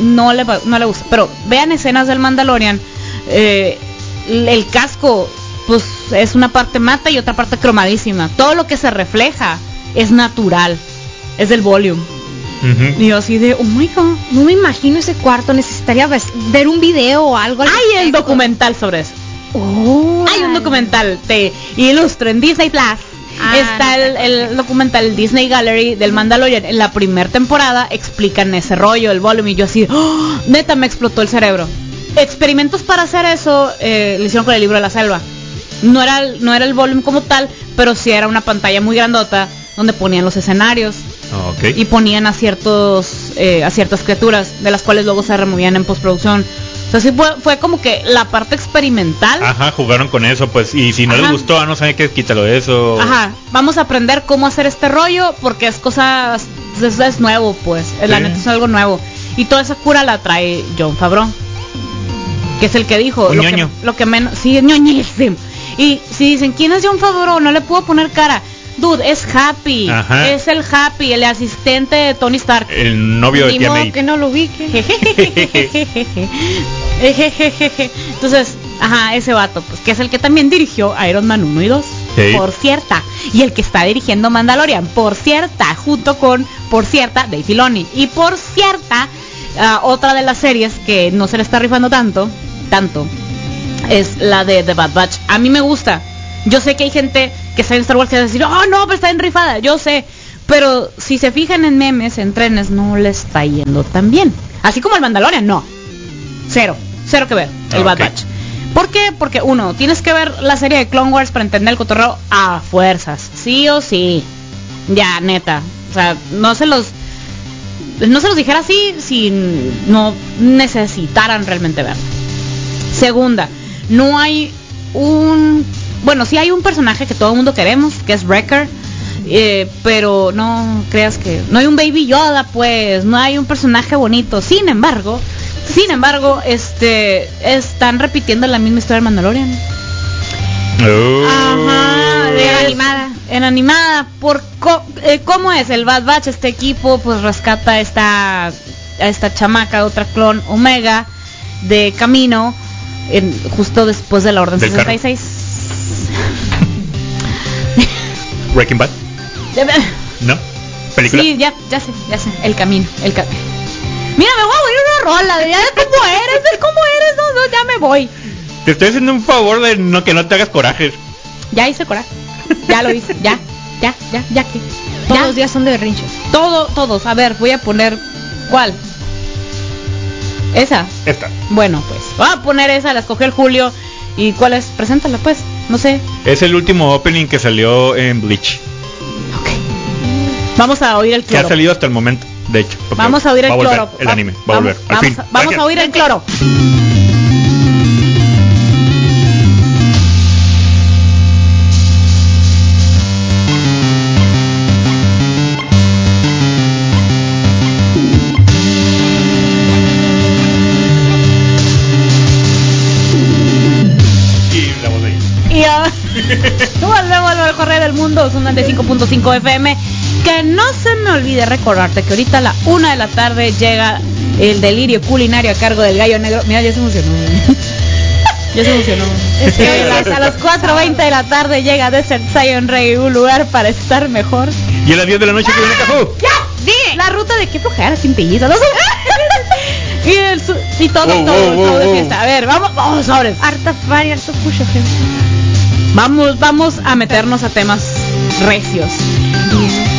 no le, va- no le gusta. Pero vean escenas del Mandalorian. Eh, el casco, pues es una parte mata y otra parte cromadísima. Todo lo que se refleja es natural. Es del volumen.
Ujú.
Y yo así de, oh my god.
No me imagino ese cuarto, necesitaría ves- ver un video o algo. al
Hay el
respecto.
documental sobre eso.
Oh,
Hay un
órale.
documental, te ilustro, en Disney Plus.
Ah,
está el, el documental Disney Gallery del Mandalorian. En la primera temporada explican ese rollo, el volumen. Y yo así, ¡oh! neta, me explotó el cerebro. Experimentos para hacer eso eh, lo hicieron con el libro de la selva. No era, el- no era el volumen como tal, pero sí era una pantalla muy grandota donde ponían los escenarios
Ok.
y ponían a ciertos eh, a ciertas criaturas de las cuales luego se removían en postproducción. O sea, sí fue, fue como que la parte experimental.
Ajá, jugaron con eso, pues. Y si no les
Ajá.
gustó, ah, no saben qué, quítalo de eso.
Ajá, vamos a aprender cómo hacer este rollo porque es cosa, es, es nuevo pues, la
Sí.
neta es algo nuevo. Y toda esa cura la trae John Favreau, que es el que dijo,
Un
lo que,
ñoño.
lo que menos, sí, es ñoñísimo. Y si dicen, ¿quién es John Favreau? No le puedo poner cara. Dude, es Happy,
Ajá.
es el Happy, el asistente de Tony Stark.
El novio de
Ni
Tia
modo
May.
que no lo ubique.
Entonces, ajá, ese vato, pues que es el que también dirigió Iron Man 1 y 2,
Sí.
por cierta, y el que está dirigiendo Mandalorian, por cierta, junto con, por cierta, Dave Filoni, y por cierta, ah, otra de las series que no se le está rifando tanto, tanto, es la de The Bad Batch. A mí me gusta. Yo sé que hay gente que está en Star Wars que va a decir, oh no, pero está en rifada, yo sé. Pero si se fijan en memes, en trenes, no le está yendo tan bien. Así como el Mandalorian, no. Cero. Cero que ver. El
Ah,
Bad
ok.
Batch. ¿Por qué? Porque uno, tienes que ver la serie de Clone Wars para entender el cotorreo a fuerzas. Sí o sí. Ya, neta. O sea, no se los... No se los dijera así si no necesitaran realmente verlo. Segunda, no hay un... Bueno, sí hay un personaje que todo el mundo queremos, que es Wrecker. eh, pero no creas que... No hay un Baby Yoda, pues. No hay un personaje bonito. Sin embargo, sin embargo, este... Están repitiendo la misma historia de Mandalorian.
Oh.
Ajá,
En
es-
animada.
En animada, por co- eh, cómo es el Bad Batch, este equipo, pues rescata a esta, a esta chamaca, otra clon Omega, de camino, en- justo después de la Orden
Del carro.
66.
Breaking Bad. ¿No? Película.
Sí, ya, ya sé, ya sé, el camino, el ca- Mira, me voy a morir una rola, ya ves cómo eres, ves cómo eres, no, no, ya me voy.
Te estoy haciendo un favor de no que no te hagas corajes.
Ya hice coraje, ya lo hice, ya, ya, ya, ya que.
Todos los días son de berrinches.
Todo, todos. A ver, voy a poner. ¿Cuál? Esa.
Esta.
Bueno, pues. Voy a poner esa, la escogió el Julio. ¿Y cuál es? Preséntala, pues. No sé.
Es el último opening que salió en Bleach.
Vamos a oír el
Que ha
cloro.
salido hasta el momento, de hecho. porque
Vamos a oír el
va volver,
cloro.
El
Va-
anime, va a volver. al
Vamos,
fin.
vamos- vamos a oír el cloro.
Y la voz de ahí.
Y ah, volvemos al mejor radio del mundo, son de 5.5 FM. Que no se me olvide recordarte que ahorita a la una de la tarde llega el delirio culinario a cargo del gallo negro. Mira, ya se emocionó. güey. ya se emocionó. güey.
Es que las- a las 4.20 de la tarde llega Desert Zion Rey, un lugar para estar mejor.
Y a las 10 de la
Ah.
noche que viene Cajú.
¡Ya! ¡Sí! La ruta de qué flojera sin pellizco. No sé.
Y, el su-
y todo,
Wow,
todo,
wow,
todo de
wow,
fiesta.
a ver, vamos, vamos, sobres.
Harta party, harto pucho,
Vamos, vamos a meternos a temas recios.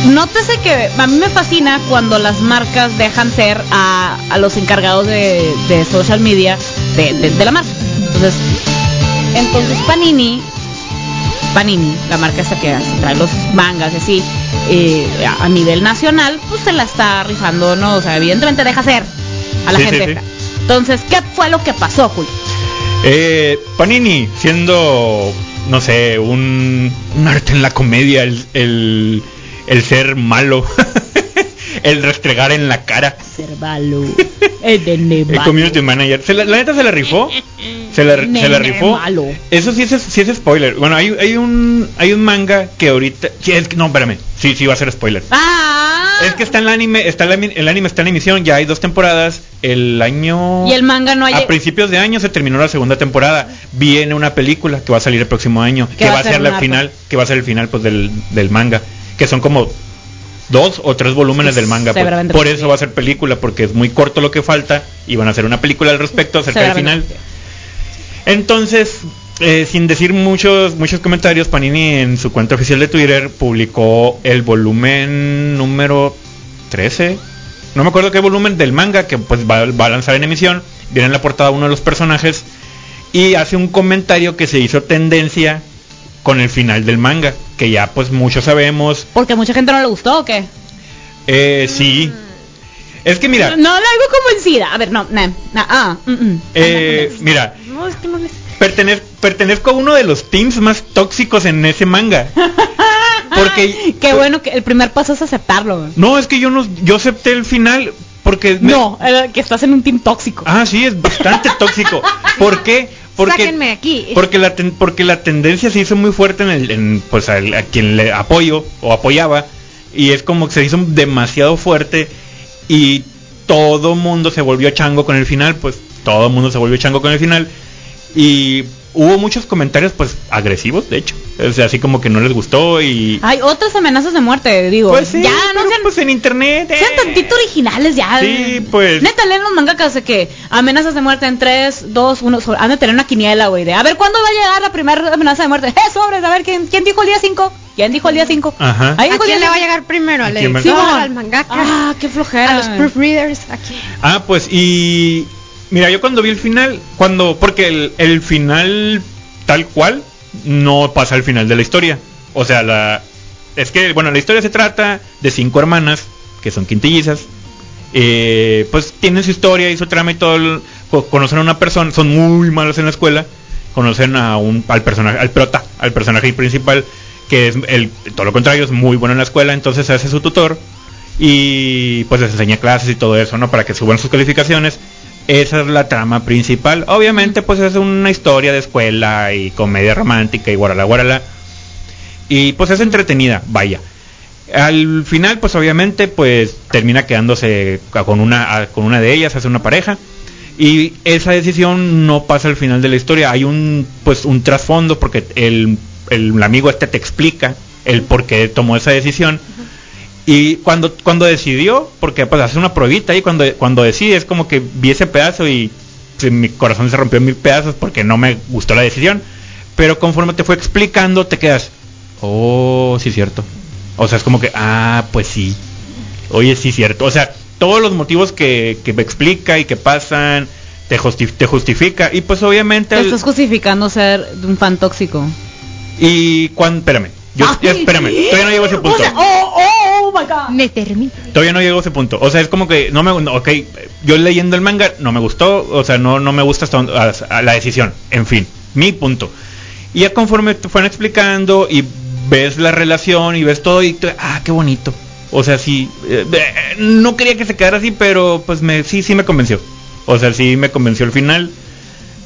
Nótese que a mí me fascina cuando las marcas dejan ser a, a los encargados de, de social media de, de- de la marca. Entonces, entonces Panini, Panini, la marca esta que hace- trae los mangas y así, eh, a, a nivel nacional, pues se la está rifando, ¿no? O sea, evidentemente deja ser a la
Sí, sí,
gente. Entonces, ¿qué fue lo que pasó, Julio?
Eh, Panini, siendo, no sé, un, un arte en la comedia, el, el, el ser malo, el restregar en la cara.
Cervalo.
El community manager. Se la, la neta se la rifó. Se la, se la
Nene
rifó.
malo.
Eso sí es, sí es spoiler. Bueno, hay, hay un hay un manga que ahorita. sí, es que- no, espérame. Sí, sí va a ser spoiler.
Ah.
Es que está en el anime, está en la- el anime está en emisión, ya hay dos temporadas. El año
Y el manga no hay.
a principios de año se terminó la segunda temporada. Viene una película que va a salir el próximo año, que va a ser la
una,
final, que va a ser el final pues del, del manga, que son como dos o tres volúmenes del manga. pues.
Seguramente
Por
lo
eso va a ser película porque es muy corto lo que falta y van a hacer una película al respecto acerca del final. Entonces, eh, sin decir muchos muchos comentarios, Panini en su cuenta oficial de Twitter publicó el volumen número 13. No me acuerdo qué volumen del manga que pues va, va a lanzar en emisión. Viene en la portada uno de los personajes y hace un comentario que se hizo tendencia con el final del manga, que ya pues muchos sabemos.
Porque a mucha gente no le gustó o qué?
Eh, sí. Es que mira,
Mm. No, la hago convencida. A ver, no, no, no, ah, mm, mm.
eh, mira,
No, es que no les...
Pertenez- pertenezco a uno de los teams más tóxicos en ese manga. Porque
Qué bueno que el primer paso es aceptarlo.
no es que yo no yo acepté el final porque me-
No, eh, que estás en un team tóxico.
ah sí es bastante tóxico. ¿Por qué?
Sáquenme de
Porque
aquí.
porque la ten- porque la tendencia se hizo muy fuerte en el en, pues al- a quien le apoyo o apoyaba y es como que se hizo demasiado fuerte y todo mundo se volvió chango con el final, pues todo mundo se volvió chango con el final y hubo muchos comentarios pues agresivos, de hecho, o sea, así como que no les gustó y
Hay otras amenazas de muerte, Ah, digo.
pues sí,
ya, no
pero,
sean,
pues en internet. eh.
sean tantito originales ya.
Sí, pues.
Neta, leen los mangakas de que amenazas de muerte en 3, 2, 1. sobre- Han de tener una quiniela, güey. de, a ver, ¿cuándo va a llegar la primera amenaza de muerte? ¡Eh, sobres! A ver, ¿quién, quién dijo el día 5? ¿Quién dijo el día 5?
Ajá.
¿A quién le va a llegar primero?
¿A
¿Al
quién va-
editor?
Simón.
¿Al mangaka?
Ah, qué flojera.
¿A los proofreaders? ¿A quién?
Ah, pues y mira, yo cuando vi el final, cuando porque el, el final tal cual no pasa al final de la historia. O sea, la es que bueno, la historia se trata de cinco hermanas que son quintillizas. eh, pues tienen su historia y su trama y todo. el- co- conocen a una persona, son muy malos en la escuela. Conocen a un al personaje, al prota, al personaje principal que es el todo lo contrario es muy bueno en la escuela, entonces hace su tutor y pues les enseña clases y todo eso, ¿no? Para que suban sus calificaciones. Esa es la trama principal. Obviamente, pues es una historia de escuela y comedia romántica y guarala, guarala. Y pues es entretenida, vaya. Al final, pues obviamente, pues termina quedándose ca- con una, a- con una de ellas, hace una pareja. Y esa decisión no pasa al final de la historia. Hay un, pues, un trasfondo porque el, el amigo este te explica el por qué tomó esa decisión. Y cuando, cuando decidió, porque pues hace una pruebita y cuando, cuando decide es como que vi ese pedazo y pues, mi corazón se rompió en mil pedazos porque no me gustó la decisión. Pero conforme te fue explicando, te quedas, oh, sí cierto. O sea, es como que, ah, pues sí. Oye, sí cierto. O sea, todos los motivos que, que me explica y que pasan, te, justi- te justifica. Y pues obviamente...
Te
el-
estás justificando ser un fan tóxico.
y cuando... Espérame. Yo,
Ay.
espérame. Todavía no llego a ese punto.
O sea, oh, oh, oh my god.
Me permite.
Todavía no llegó a ese punto. O sea, es como que no me no, ok, yo leyendo el manga no me gustó, o sea, no no me gusta hasta donde- a- a la decisión. En fin, mi punto. Y ya conforme te fueron explicando y ves la relación y ves todo y tú, ah, qué bonito. O sea, sí eh, eh, no quería que se quedara así, pero pues me sí sí me convenció. O sea, sí me convenció el final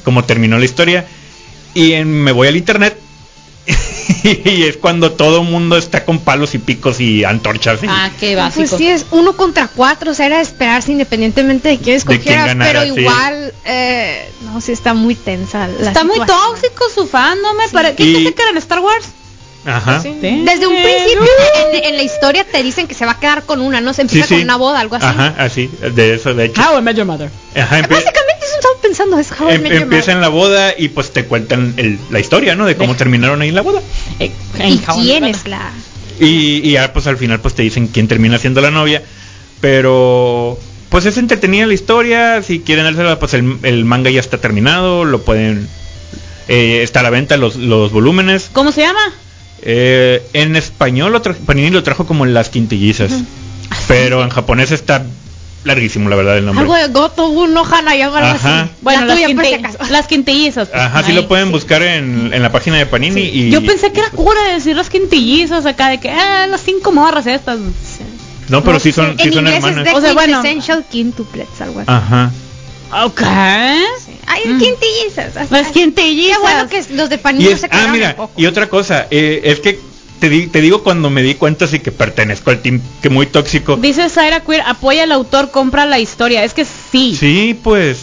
como terminó la historia y en- me voy al internet y es cuando todo mundo está con palos y picos y antorchas. Y,
Ah, qué básico.
Pues sí, es uno contra cuatro, o sea, era de esperarse independientemente de quién
quién
escogiera,
ganara,
pero
sí.
igual, eh, no, sí está muy tensa la
Está muy
situación.
tóxico su fandom, ¿eh? ¿Para qué
Y-
dice que eran Star Wars?
Ajá.
Sí. Desde un
Eh,
principio en, en la historia te dicen que se va a quedar con una, ¿no? Se
Sí,
empieza
sí.
con una boda, algo así. Ah,
Ajá, así, de eso, de hecho.
How I Met Your Mother.
Ajá, empie-
Básicamente eso estaba pensando, es How I
em-
Met Your
empieza en la boda y pues te cuentan el- la historia, ¿no? De cómo terminaron ahí la boda.
Eh,
Mother. ¿Y quién es la...?
Y, y ya pues al final pues te dicen quién termina siendo la novia. Pero pues es entretenida la historia. Si quieren dársela, pues el, el manga ya está terminado. Lo pueden... eh, está a la venta los, los volúmenes.
¿Cómo se llama?
Eh, en español lo tra- Panini lo trajo como las quintillizas. Pero en japonés está larguísimo, la verdad, el nombre.
Algo de Goto, Uno, Hanayama, algo
Ajá.
así.
Bueno,
la
las,
tuya, por si
quinte,
acaso.
las quintillizas. pues.
Ajá, sí
Ay.
lo pueden buscar en, en la página de Panini y...
Yo pensé que era cura de decir las quintillizas acá, de que, ah, las cinco morras estas.
No, pero sí son,
En
sí son
inglés
hermanas. Ah.
es
O sea,
The
bueno.
Essential Quintuplets, algo así.
Ajá.
Ok.
Ay,
Mm.
quintillizas. así.
Las quintillizas.
Qué bueno que los de Panini
Y
no
es-
se
ah,
quedaron en
mira,
poco.
y otra cosa, eh, es que te, di- te digo cuando me di cuenta así que pertenezco al team que muy tóxico.
Dice Zaira Queer, apoya al autor, compra la historia. Es que sí.
Sí, pues,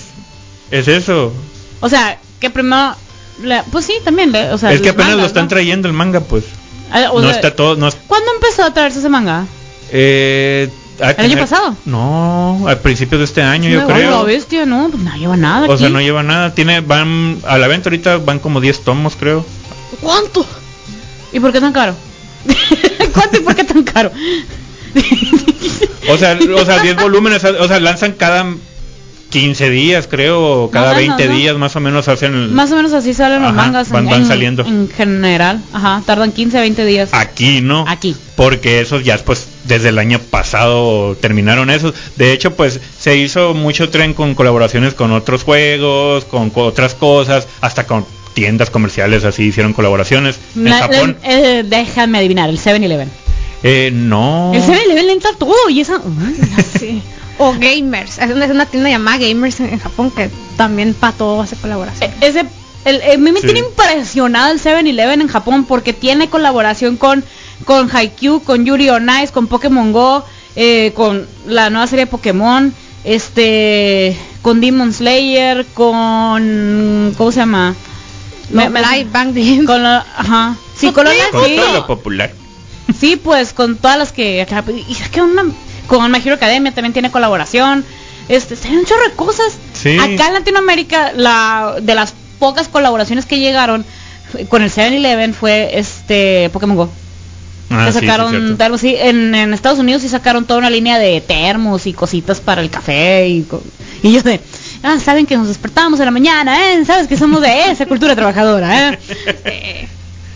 es eso.
O sea, que primero... la- pues sí, también. le- O sea,
es que
los
apenas lo
mangas,
están
¿no?
trayendo el manga, pues.
Ah, o
no
sea,
está todo, no es-
¿Cuándo empezó a traerse ese manga?
eh, ha de
año pasado?
No, al principio de este año yo
Ay, la
creo.
bestia, no, pues no lleva nada
O sea,
aquí.
no lleva nada, tiene, van, a la venta ahorita van como 10 tomos, creo.
¿Cuánto?
¿Y por qué tan caro? ¿Cuánto y por qué tan caro?
O sea, o sea, 10 volúmenes, o sea, lanzan cada 15 días, creo, o cada
Más o
20
menos, ¿no?
días más o menos hacen el-
Más o menos así salen los
Ajá,
mangas.
van-
en-
van
en-
saliendo. Ah,
En general, ajá, tardan 15, 20 días.
aquí, ¿no?
Aquí.
Porque esos ya pues desde el año pasado terminaron esos. De hecho, pues se hizo mucho tren con colaboraciones con otros juegos, con co- otras cosas, hasta con tiendas comerciales así hicieron colaboraciones. En
La-
Japón,
la- eh, déjame adivinar, el 7-Eleven.
eh, no.
El 7-Eleven le entra todo y esa...
Sí. O Gamers. Es una, es una tienda llamada Gamers en en Japón que también para todo hace colaboración.
Eh, Ese, el, eh, a mí me
Sí.
tiene impresionado el 7-Eleven en Japón porque tiene colaboración con, con Haikyuu, con Yuri on Ice, con Pokémon Go, eh, con la nueva serie de Pokémon, este, con Demon Slayer, con... ¿Cómo se llama?
No, Live Bang Dream.
con la- ajá. Sí, con la-
Con
sí.
todo lo popular.
Sí, pues con todas las que acá- y es que una- con My Hero Academia también tiene colaboración. Este, se un chorro de cosas.
Sí.
Acá en Latinoamérica la de las pocas colaboraciones que llegaron fue- con el 7-Eleven fue este Pokémon Go.
Ah,
Que
sí, sí,
sacaron
cierto.
termos, sí, en, en Estados Unidos sí sacaron toda una línea de termos y cositas para el café y, co- y yo de, ah, saben que nos despertamos en la mañana, ¿eh? Sabes que somos de esa cultura trabajadora, ¿eh? Eh,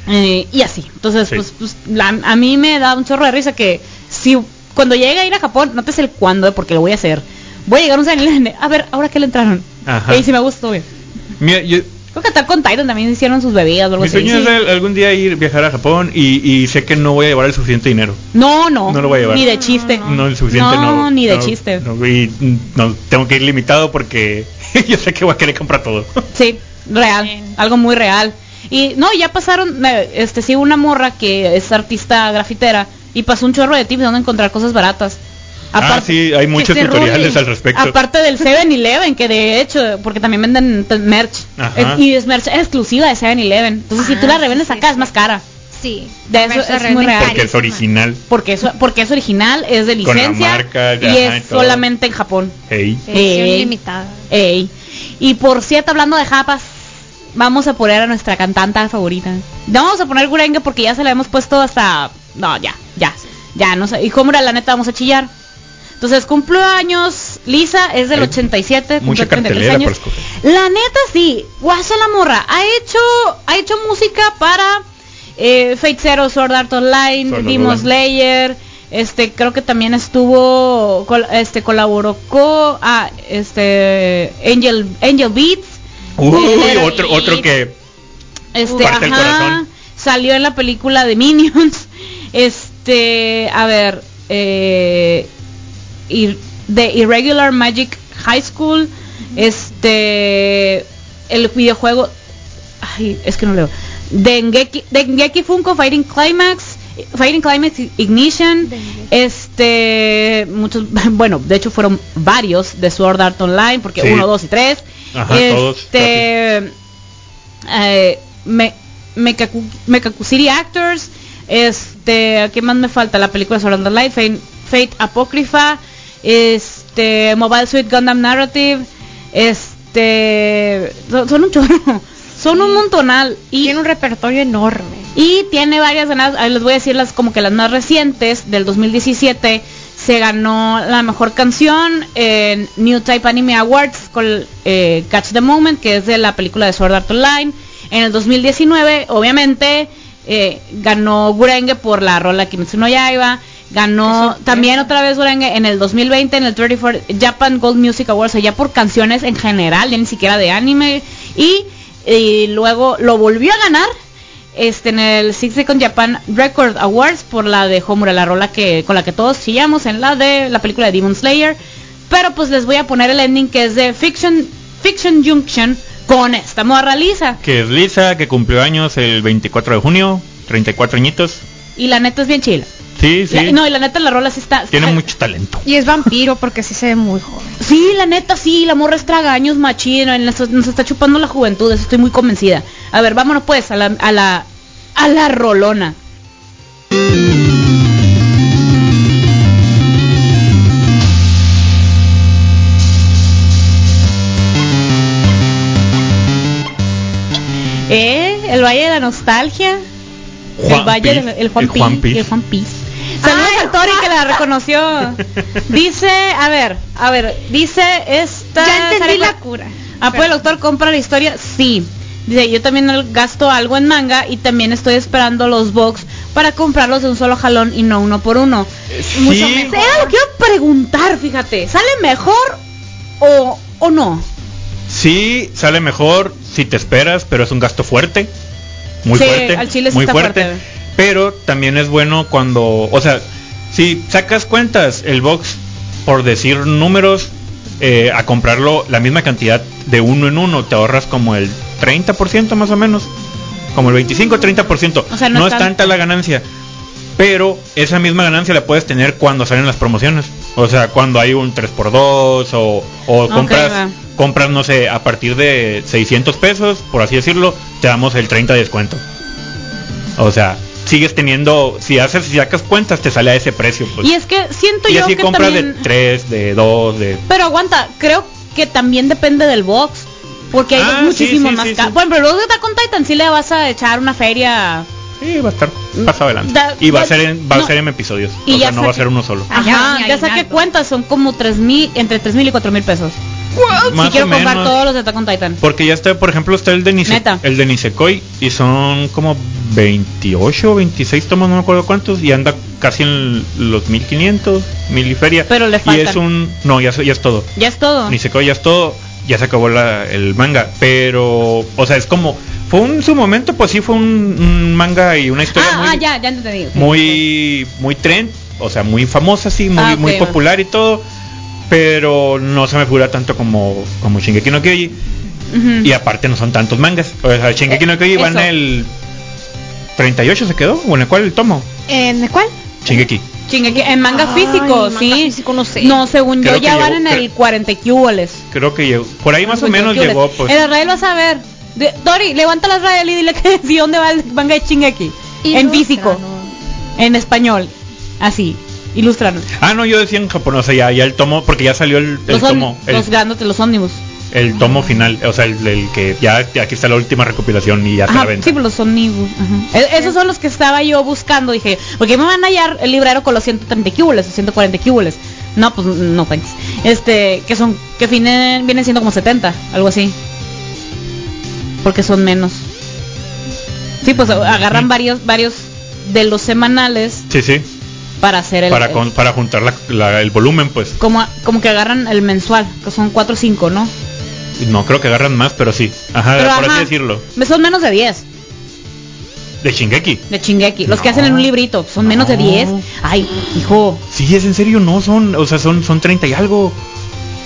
eh, y así. Entonces,
Sí.
pues, pues, la- a mí me da un chorro de risa que si cuando llegue a ir a Japón, no te sé el cuándo, ¿eh? porque lo voy a hacer. Voy a llegar a un 7-Eleven, a ver, ahora que le entraron.
Ajá.
Y si me gustó, bien.
Mira, yo-
Creo que hasta con Titan también hicieron sus bebidas o algo
mi
así.
sueño es el- algún día ir viajar a Japón y, y sé que no voy a llevar el suficiente dinero.
No, no.
No lo voy a llevar.
Ni de chiste.
No, el suficiente no.
No, ni de chiste.
no, y, mm, no, tengo que ir limitado porque yo sé que voy a querer comprar todo.
Sí, real, algo muy real. Y no, ya pasaron, me- este sí, una morra que es artista grafitera y pasó un chorro de tips de dónde encontrar cosas baratas.
ah, sí, hay muchos
se
tutoriales
rulen.
al respecto.
Aparte del 7-Eleven, que de hecho, porque también venden t- merch.
Ajá.
Es- y es merch exclusiva de 7-Eleven. Entonces, si tú
Ah,
la revendes
sí,
acá, es más cara.
Sí.
De eso
Gamers
es
realmente
muy real.
porque es
carísima.
original.
Porque es, porque es original, es de
Con la
licencia
marca,
y
ajá, y
es
todo.
solamente en Japón.
Hey.
Edición
Ey.
limitada.
Ey. Y por cierto, hablando de japas, vamos a poner a nuestra cantante favorita. No vamos a poner Gurenga porque ya se la hemos puesto hasta... No, ya, ya. Ya, no sé. Y cómo era la neta, vamos a chillar. Entonces, cumpleaños, Lisa es del
Hay
87,
mucha
cumple 33
cartelera
años.
para escoger.
La neta sí, guasa la morra, ha hecho, ha hecho música para eh, Fate Zero, Sword Art Online,
Sword Art
Demon
Online.
Slayer, este creo que también estuvo, col- este colaboró con, ah, este Angel, Angel Beats,
Uy,
Pero-
otro, otro que
este,
Parte el
ajá,
corazón.
salió en la película de Minions. Este, a ver, eh, ir- The Irregular Magic High School. Este, el videojuego, ay, es que no leo. Dengeki, Dengeki Funko, Fighting Climax, Fighting Climax Ignition,
Dengeki.
este, muchos, bueno, de hecho fueron varios de Sword Art Online, porque
Sí.
uno, dos y tres.
Ajá, todos,
este, eh, me, Mekaku, Mekaku City Actors, este, ¿qué más me falta? La película Sword Art Online, Fate, Fate Apócrifa, este, Mobile Suit Gundam Narrative, este, son, son un chorro, son un montonal y
Tiene un repertorio enorme.
y tiene varias ganas, ahí les voy a decir las como que las más recientes del 2017 se ganó la mejor canción en New Type Anime Awards con eh, Catch the Moment, que es de la película de Sword Art Online. En el 2019, obviamente, eh, ganó Gurenge por la rola Kimetsu no Yaiba. Ganó también otra vez Gurenge en el 2020 en el 34 Japan Gold Music Awards, allá por canciones en general, ya ni siquiera de anime. Y, y luego lo volvió a ganar este en el Six Second Japan Record Awards por la de Homura, la rola que con la que todos chillamos en la de la película de Demon Slayer. Pero pues les voy a poner el ending que es de Fiction Fiction Junction con esta morra lisa.
Que es Lisa, que cumplió años el 24 de junio, 34 añitos.
Y la neta es bien chila.
Sí, sí.
La- no, y la neta la rola sí está.
Tiene
está-
mucho talento.
Y es vampiro porque sí se ve muy joven.
Sí, la neta sí, la morra es tragaños machino, en las- nos está chupando la juventud, eso estoy muy convencida. A ver, vámonos pues a la a la a la rolona. ¿Eh? El Valle de la Nostalgia. el Valle
Piz,
del el Juan,
el Juan
Piz,
Piz.
El Juan Piz. Saludos al Tori que la reconoció. Dice, a ver, a ver, dice esta...
Ya entendí
Sarah-
la cura.
Ah, pues el doctor compra la historia, sí. Dice, yo también al- gasto algo en manga y también estoy esperando los box para comprarlos de un solo jalón y no uno por uno.
Eh, Sí.
Era lo que iba a preguntar, fíjate. ¿Sale mejor o, o no?
Sí, sale mejor si te esperas, pero es un gasto fuerte. Muy
Sí,
fuerte.
al chile sí
muy
está
fuerte.
fuerte.
Pero también es bueno cuando, o sea, si sacas cuentas, el box, por decir números, eh, a comprarlo la misma cantidad de uno en uno, te ahorras como el 30% más o menos. Como el 25-30%.
O sea, no
no
es
es tanta la ganancia. Pero esa misma ganancia la puedes tener cuando salen las promociones. O sea, cuando hay un 3x2 o, o
Ok,
compras,
va.
compras, no sé, a partir de 600 pesos, por así decirlo, te damos el 30 de descuento. O sea, sigues teniendo, si haces, si sacas cuentas, te sale a ese precio. Pues.
y es que siento
Y
yo
así
que
compras
también...
de 3, de 2, de...
Pero aguanta, creo que también depende del box. Porque hay
Ah,
muchísimo
sí, sí,
más
sí,
ca-
sí.
Bueno, pero luego de Attack on Titan sí le vas a echar una feria.
Sí, va a estar pasado adelante.
Mm, Da-
y va
da-
a ser en, va
no.
a ser en episodios.
Y
o
ya
sea, no va a
saqué-
ser uno solo.
Ah,
Ajá,
ya,
ya saqué
aguinaldo.
cuentas, son como tres mil, entre tres mil y cuatro mil pesos. si
Más
quiero
o
comprar
menos. Pues,
todos los de Attack on Titan.
Porque ya está, por ejemplo, está el de Nise-
Neta.
el de Nisekoi y son como 28 o 26 tomos, no me acuerdo cuántos, y anda casi en los 1500, mil y feria.
Pero le Ah.
Y
faltan.
es un... No, ya, es- ya es todo.
Ya es todo.
Nisekoi ya es todo, ya se acabó la- el manga, pero, o sea, es como... Fue un su momento, pues sí, fue un, un manga y una historia
Ah,
muy,
ah, ya, ya entendí. ok.
muy muy trend, o sea, muy famosa sí, muy
Ah, ok,
muy
va.
popular y todo, pero no se me figura tanto como como Shingeki no Kyojin
Ujú.
y aparte no son tantos mangas. O sea, Shingeki no Kyojin va en
Eso.
el 38 se quedó o en el cual el tomo
¿En cuál?
Shingeki.
Chingeki- en manga
Ay,
físico,
manga
sí.
físico no sé.
No, según
Creo
yo
que
ya van
llegó-
en el
cre-
40 cuboles.
Creo que llegó por
Ah,
ahí más o menos llegó pues
El Israel vas a ver. De- Tori, levanta las radial y dile que sí, ¿dónde va el manga de Chingeki? En físico, en español. Así, ilustranos.
Ah, no, yo decía en japonés, o sea, ya, ya el tomo, porque ya salió el, el
Los, om-
tomo, el,
los grandes, los ómnibus.
el tomo final, o sea, el, el que ya aquí está la última recopilación y ya está a
Ajá,
la venta.
sí, pues los omnibus. ajá. E- Esos son los que estaba yo buscando. Dije, porque me van a hallar el librero con los 130 cuboles o 140 cuboles. No, pues no thanks. Este, que son, que finen- vienen siendo como 70, algo así. Porque son menos. Sí, pues agarran
Ujú.
varios, varios de los semanales
Sí, sí,
para hacer el.
para,
el-
con- para juntar la- la- el volumen, pues.
como, como que agarran el mensual, que son 4 o 5, ¿no?
No, creo que agarran más, pero sí. Ajá,
Pero,
por
ajá,
así decirlo.
Son menos de 10.
De Shingeki.
De chingeki, los que
No.
hacen en un librito, son menos de
No.
10. Ay, hijo.
Sí, es en serio, no son, o sea, son son 30 y algo.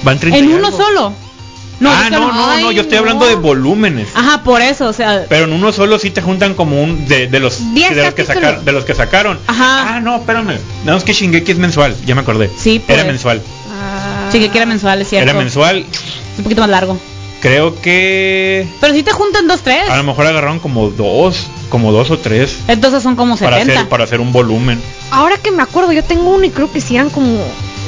Van 30
en
y
uno
algo.
solo. No,
ah,
yo te
no,
hablo-
no, no,
Ay,
yo estoy
no.
hablando de volúmenes.
Ajá, por eso, o sea,
Pero en uno solo sí te juntan como un de, de los
Diez
de los que
capítulos.
sacaron, de los que sacaron.
Ajá.
Ah, no, espérame. No, es que Shingeki es mensual, ya me acordé.
Sí, pues.
Era mensual.
Ah.
sí que era mensual, es cierto.
Era mensual.
Es Un poquito más largo.
Creo que
Pero si te juntan dos, tres,
a lo mejor agarraron como dos, como dos o tres
entonces son como
para
70.
hacer para hacer un volumen.
Ahora que me acuerdo, yo tengo uno y creo que si eran como.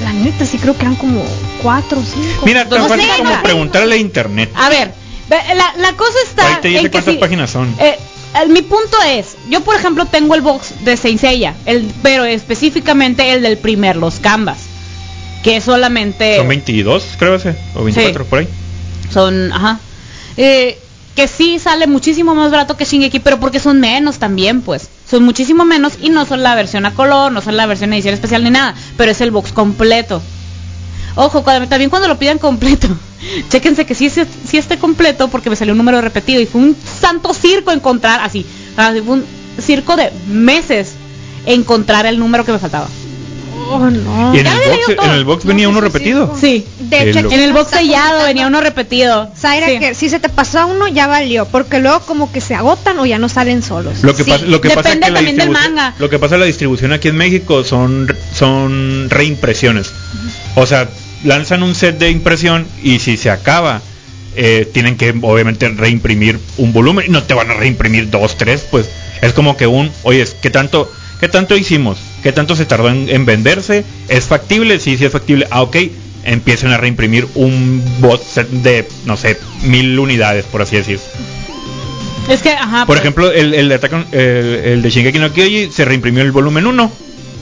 La neta, sí creo que eran como cuatro o cinco.
Mira, te
No
falta
sé, no
como
sé.
preguntarle a internet.
A ver, ve- la, la cosa está.
Ahí te dice
en que
cuántas
si-
páginas son.
Eh, eh, mi punto es, yo por ejemplo tengo el box de Saint Seiya, el, pero específicamente el del primer, los canvas, que es solamente
Son 22, creo que, o 24
eh. Sí.
por ahí.
son, ajá, Eh, que sí sale muchísimo más barato que Shingeki, pero porque son menos también, pues, son muchísimo menos y no son la versión a color, no son la versión edición especial ni nada, pero es el box completo. Ojo, cuando- también cuando lo pidan completo, chéquense que sí, sí, sí esté completo porque me salió un número repetido y fue un santo circo encontrar así, así, fue un circo de meses encontrar el número que me faltaba.
Oh, no.
Y en
Ya
el
había leído
box,
todo.
en el box
No,
venía
sí,
uno
sí, sí.
repetido.
Sí.
De hecho,
Qué
aquí
En el
nos
box
está
sellado
comentando
venía uno repetido.
Zaira,
Sí.
que si se te pasó uno, ya valió. Porque luego, como que se agotan o ya no salen solos.
Lo
Pues,
que
Sí,
pasa, lo que pasa es
depende
que la
también del
distribución-
manga.
lo que pasa es la distribución aquí en México son son reimpresiones. O sea, lanzan un set de impresión y si se acaba eh, tienen que obviamente reimprimir un volumen. No te van a reimprimir dos, tres, pues es como que un, oye, ¿qué tanto, qué tanto hicimos? ¿Qué tanto se tardó en, en venderse? ¿Es factible? Sí, sí es factible. Ah, ok. Empiecen a reimprimir un bot set de, no sé, mil unidades, por así decir.
Es que, ajá.
Por
pues,
ejemplo, el, el, de Attack on- el, el de Shingeki no Kyoji se reimprimió el volumen 1.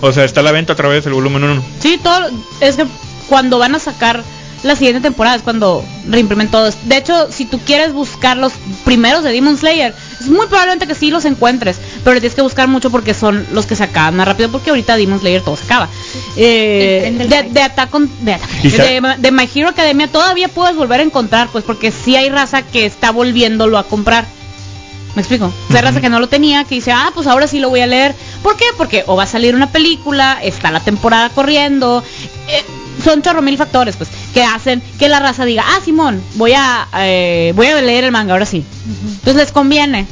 O sea, está a la venta otra vez el volumen 1.
Sí, todo. Es que cuando van a sacar la siguiente temporada es cuando reimprimen todos. De hecho, si tú quieres buscar los primeros de Demon Slayer, es muy probablemente que sí los encuentres. Pero tienes que buscar mucho porque son los que se acaban más rápido. Porque ahorita Demon Slayer todo se acaba. Eh,
El tren del
de,
hype.
de Attack on- de, Attack-
Y sa-
de- de My Hero Academia todavía puedes volver a encontrar, pues porque sí hay raza que está volviéndolo a comprar. ¿Me explico? O sea, hay raza
Ujú.
que no lo tenía, que dice, ah, pues ahora sí lo voy a leer. ¿Por qué? Porque o va a salir una película, está la temporada corriendo. eh, son chorro mil factores, pues, que hacen que la raza diga, ah, Simón, voy a, eh, voy a leer el manga, ahora sí. Entonces les conviene,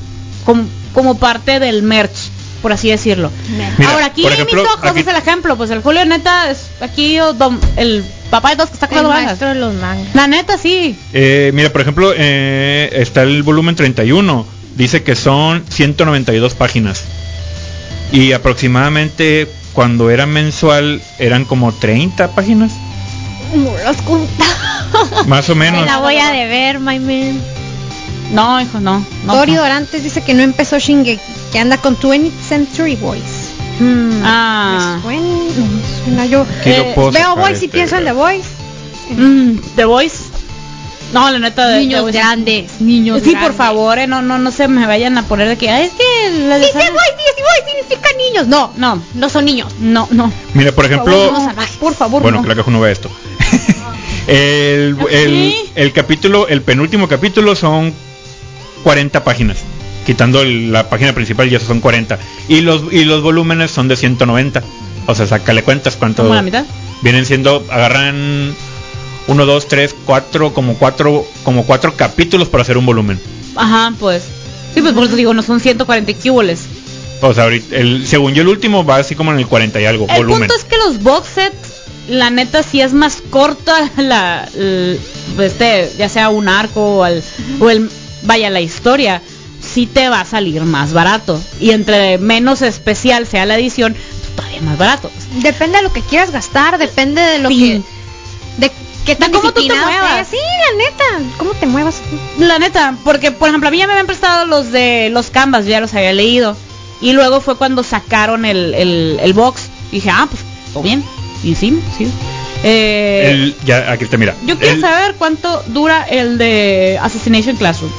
com- como parte del merch, por así decirlo.
Mira,
Ahora aquí
por ejemplo,
mis ojos
aquí-
es el ejemplo, pues el Julio neta es aquí o don- el papá de todos que está
El
con las
maestro de los mangas.
La neta sí.
Eh, mira, por ejemplo, eh, está el volumen 31. Dice que son 192 páginas. Y aproximadamente cuando era mensual eran como 30 páginas.
No los contaba.
Más o
Me
menos.
la voy a deber, my man.
No, hijo, no. no
Tori
no.
Dorantes dice que no empezó Shingeki, que anda con 20th Century Boys. Mm.
Ah.
Me suena, no me suena yo.
Aquí lo
Eh,
puedo
Veo
sacar,
Boys y
este,
pienso en The Boys.
Mm, The Voice. No, la neta de The Voice-
grandes, niños
Sí, por favor, eh, no, no, no se me vayan a poner de que "Ah, es que la de
Y The Boys, y The Boys significa niños. No, no,
No,
no son niños.
no, no.
Mira, por ejemplo,
Por favor, no salvajes, por favor,
Bueno,
no.
que la caja no vea esto. el, el-
Ah, Ok.
el capítulo, el penúltimo capítulo son 40 páginas. Quitando el- la página principal ya son 40. Y los, y los volúmenes son de 190. O sea, sácale cuentas cuánto.
¿Como la mitad?
Vienen siendo, agarran 1, 2, 3, 4, como 4, como 4 capítulos para hacer un volumen.
Ajá, pues. Sí, pues por eso digo, no son 140 cuboles.
O sea, ahorita, el, según yo el último va así como en el 40 y algo,
El
volumen.
punto es que los box sets, la neta sí es más corta la, l- este, ya sea un arco o el, o el vaya la historia, sí te va a salir más barato y entre menos especial sea la edición, pues, todavía más barato.
Depende de lo que quieras gastar, depende de lo
Sí.
que... De qué tan
cómo tú te
disciplinado
muevas.
seas. Sí, la neta. ¿Cómo te muevas?
La neta, porque por ejemplo a mí ya me habían prestado los de los canvas, yo ya los había leído. Y luego fue cuando sacaron el, el, el box. Y dije, ah, pues todo bien. Y sí, sí. Eh,
El- ya, aquí está, mira.
Yo quiero
El-
saber cuánto dura el de Assassination Classroom.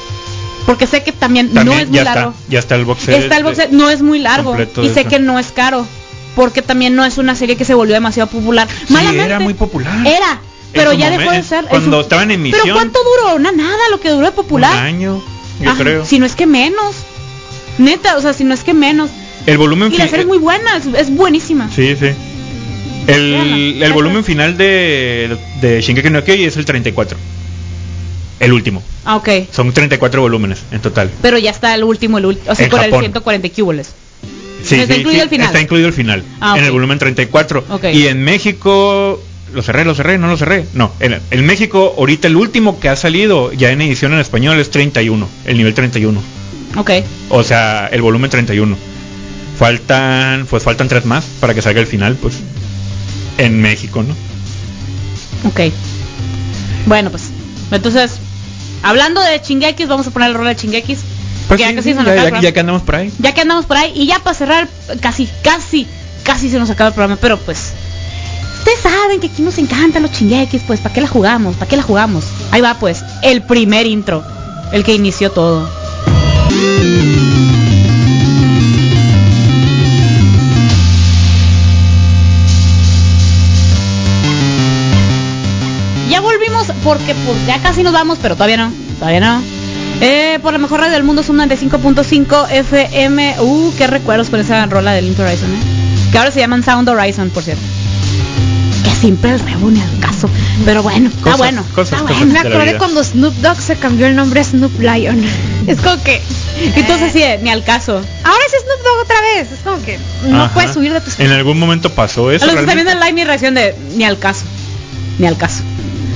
Porque sé que también,
también
no es muy
ya
largo.
Está, ya está el box set.
Está el box set, no es muy largo.
completo
Y
de
sé
eso.
que no es caro. Porque también no es una serie que se volvió demasiado popular.
Sí, era muy popular.
Era, pero
su
ya
momento,
dejó de ser. en
Cuando
su-
estaba en emisión.
Pero ¿cuánto duró? Una nada lo que duró de popular.
Un año, yo
Ajá,
creo.
Si no es que menos. Neta, o sea, si no es que menos.
El volumen
Y la
fi-
serie es muy buena, es, es buenísima.
eh, Sí, sí. El,
Véanla.
el volumen final de, de Shingeki no Kyojin es el 34. El último.
Ah, ok.
Son 34 volúmenes en total.
Pero ya está el último, el último. O sea,
En
por el
Japón.
140 cúboles. Está incluido el final.
Está incluido el final.
Ah,
En el
ok.
volumen 34.
Ok.
Y en México. Lo cerré, lo cerré, no lo cerré. No, en, en México, ahorita el último que ha salido ya en edición en español es 31, el nivel 31.
Ok.
O sea, el volumen 31. Faltan, pues faltan tres más para que salga el final, pues. En México, ¿no?
Ok. Bueno, pues. Entonces, hablando de chinguequis, vamos a poner el rol de chinguequis.
Pues
que ya
sí,
casi
sí,
se nos acaba
ya-
el
ya-
programa.
ya que andamos por ahí.
Ya que andamos por ahí y ya para cerrar, casi, casi, casi se nos acaba el programa, pero pues. Ustedes saben que aquí nos encantan los chinguequis, pues, ¿para qué la jugamos? ¿Para qué la jugamos? Ahí va pues, el primer intro, el que inició todo. Ya volvimos porque pues ya casi nos vamos, pero todavía no, todavía no. Eh, por la mejor radio del mundo es un 95.5 FM. Uh, qué recuerdos con esa rola del Into Horizon, ¿eh? Que ahora se llaman Sound Horizon, por cierto. Que siempre el reúne al caso. Pero bueno, está
Cosas,
bueno.
cosas,
está
cosas.
Ah, bueno.
Me
de la
acordé
vida.
cuando Snoop Dogg se cambió el nombre a Snoop Lion. Es como que.
Entonces sí, eh, ni al caso.
Ahora es Snoop Dogg otra vez. Es como que no
Ajá.
puedes subir de tus.
En algún momento pasó eso.
A los que están
realmente.
viendo el live mi reacción de ni al caso. Ni al caso.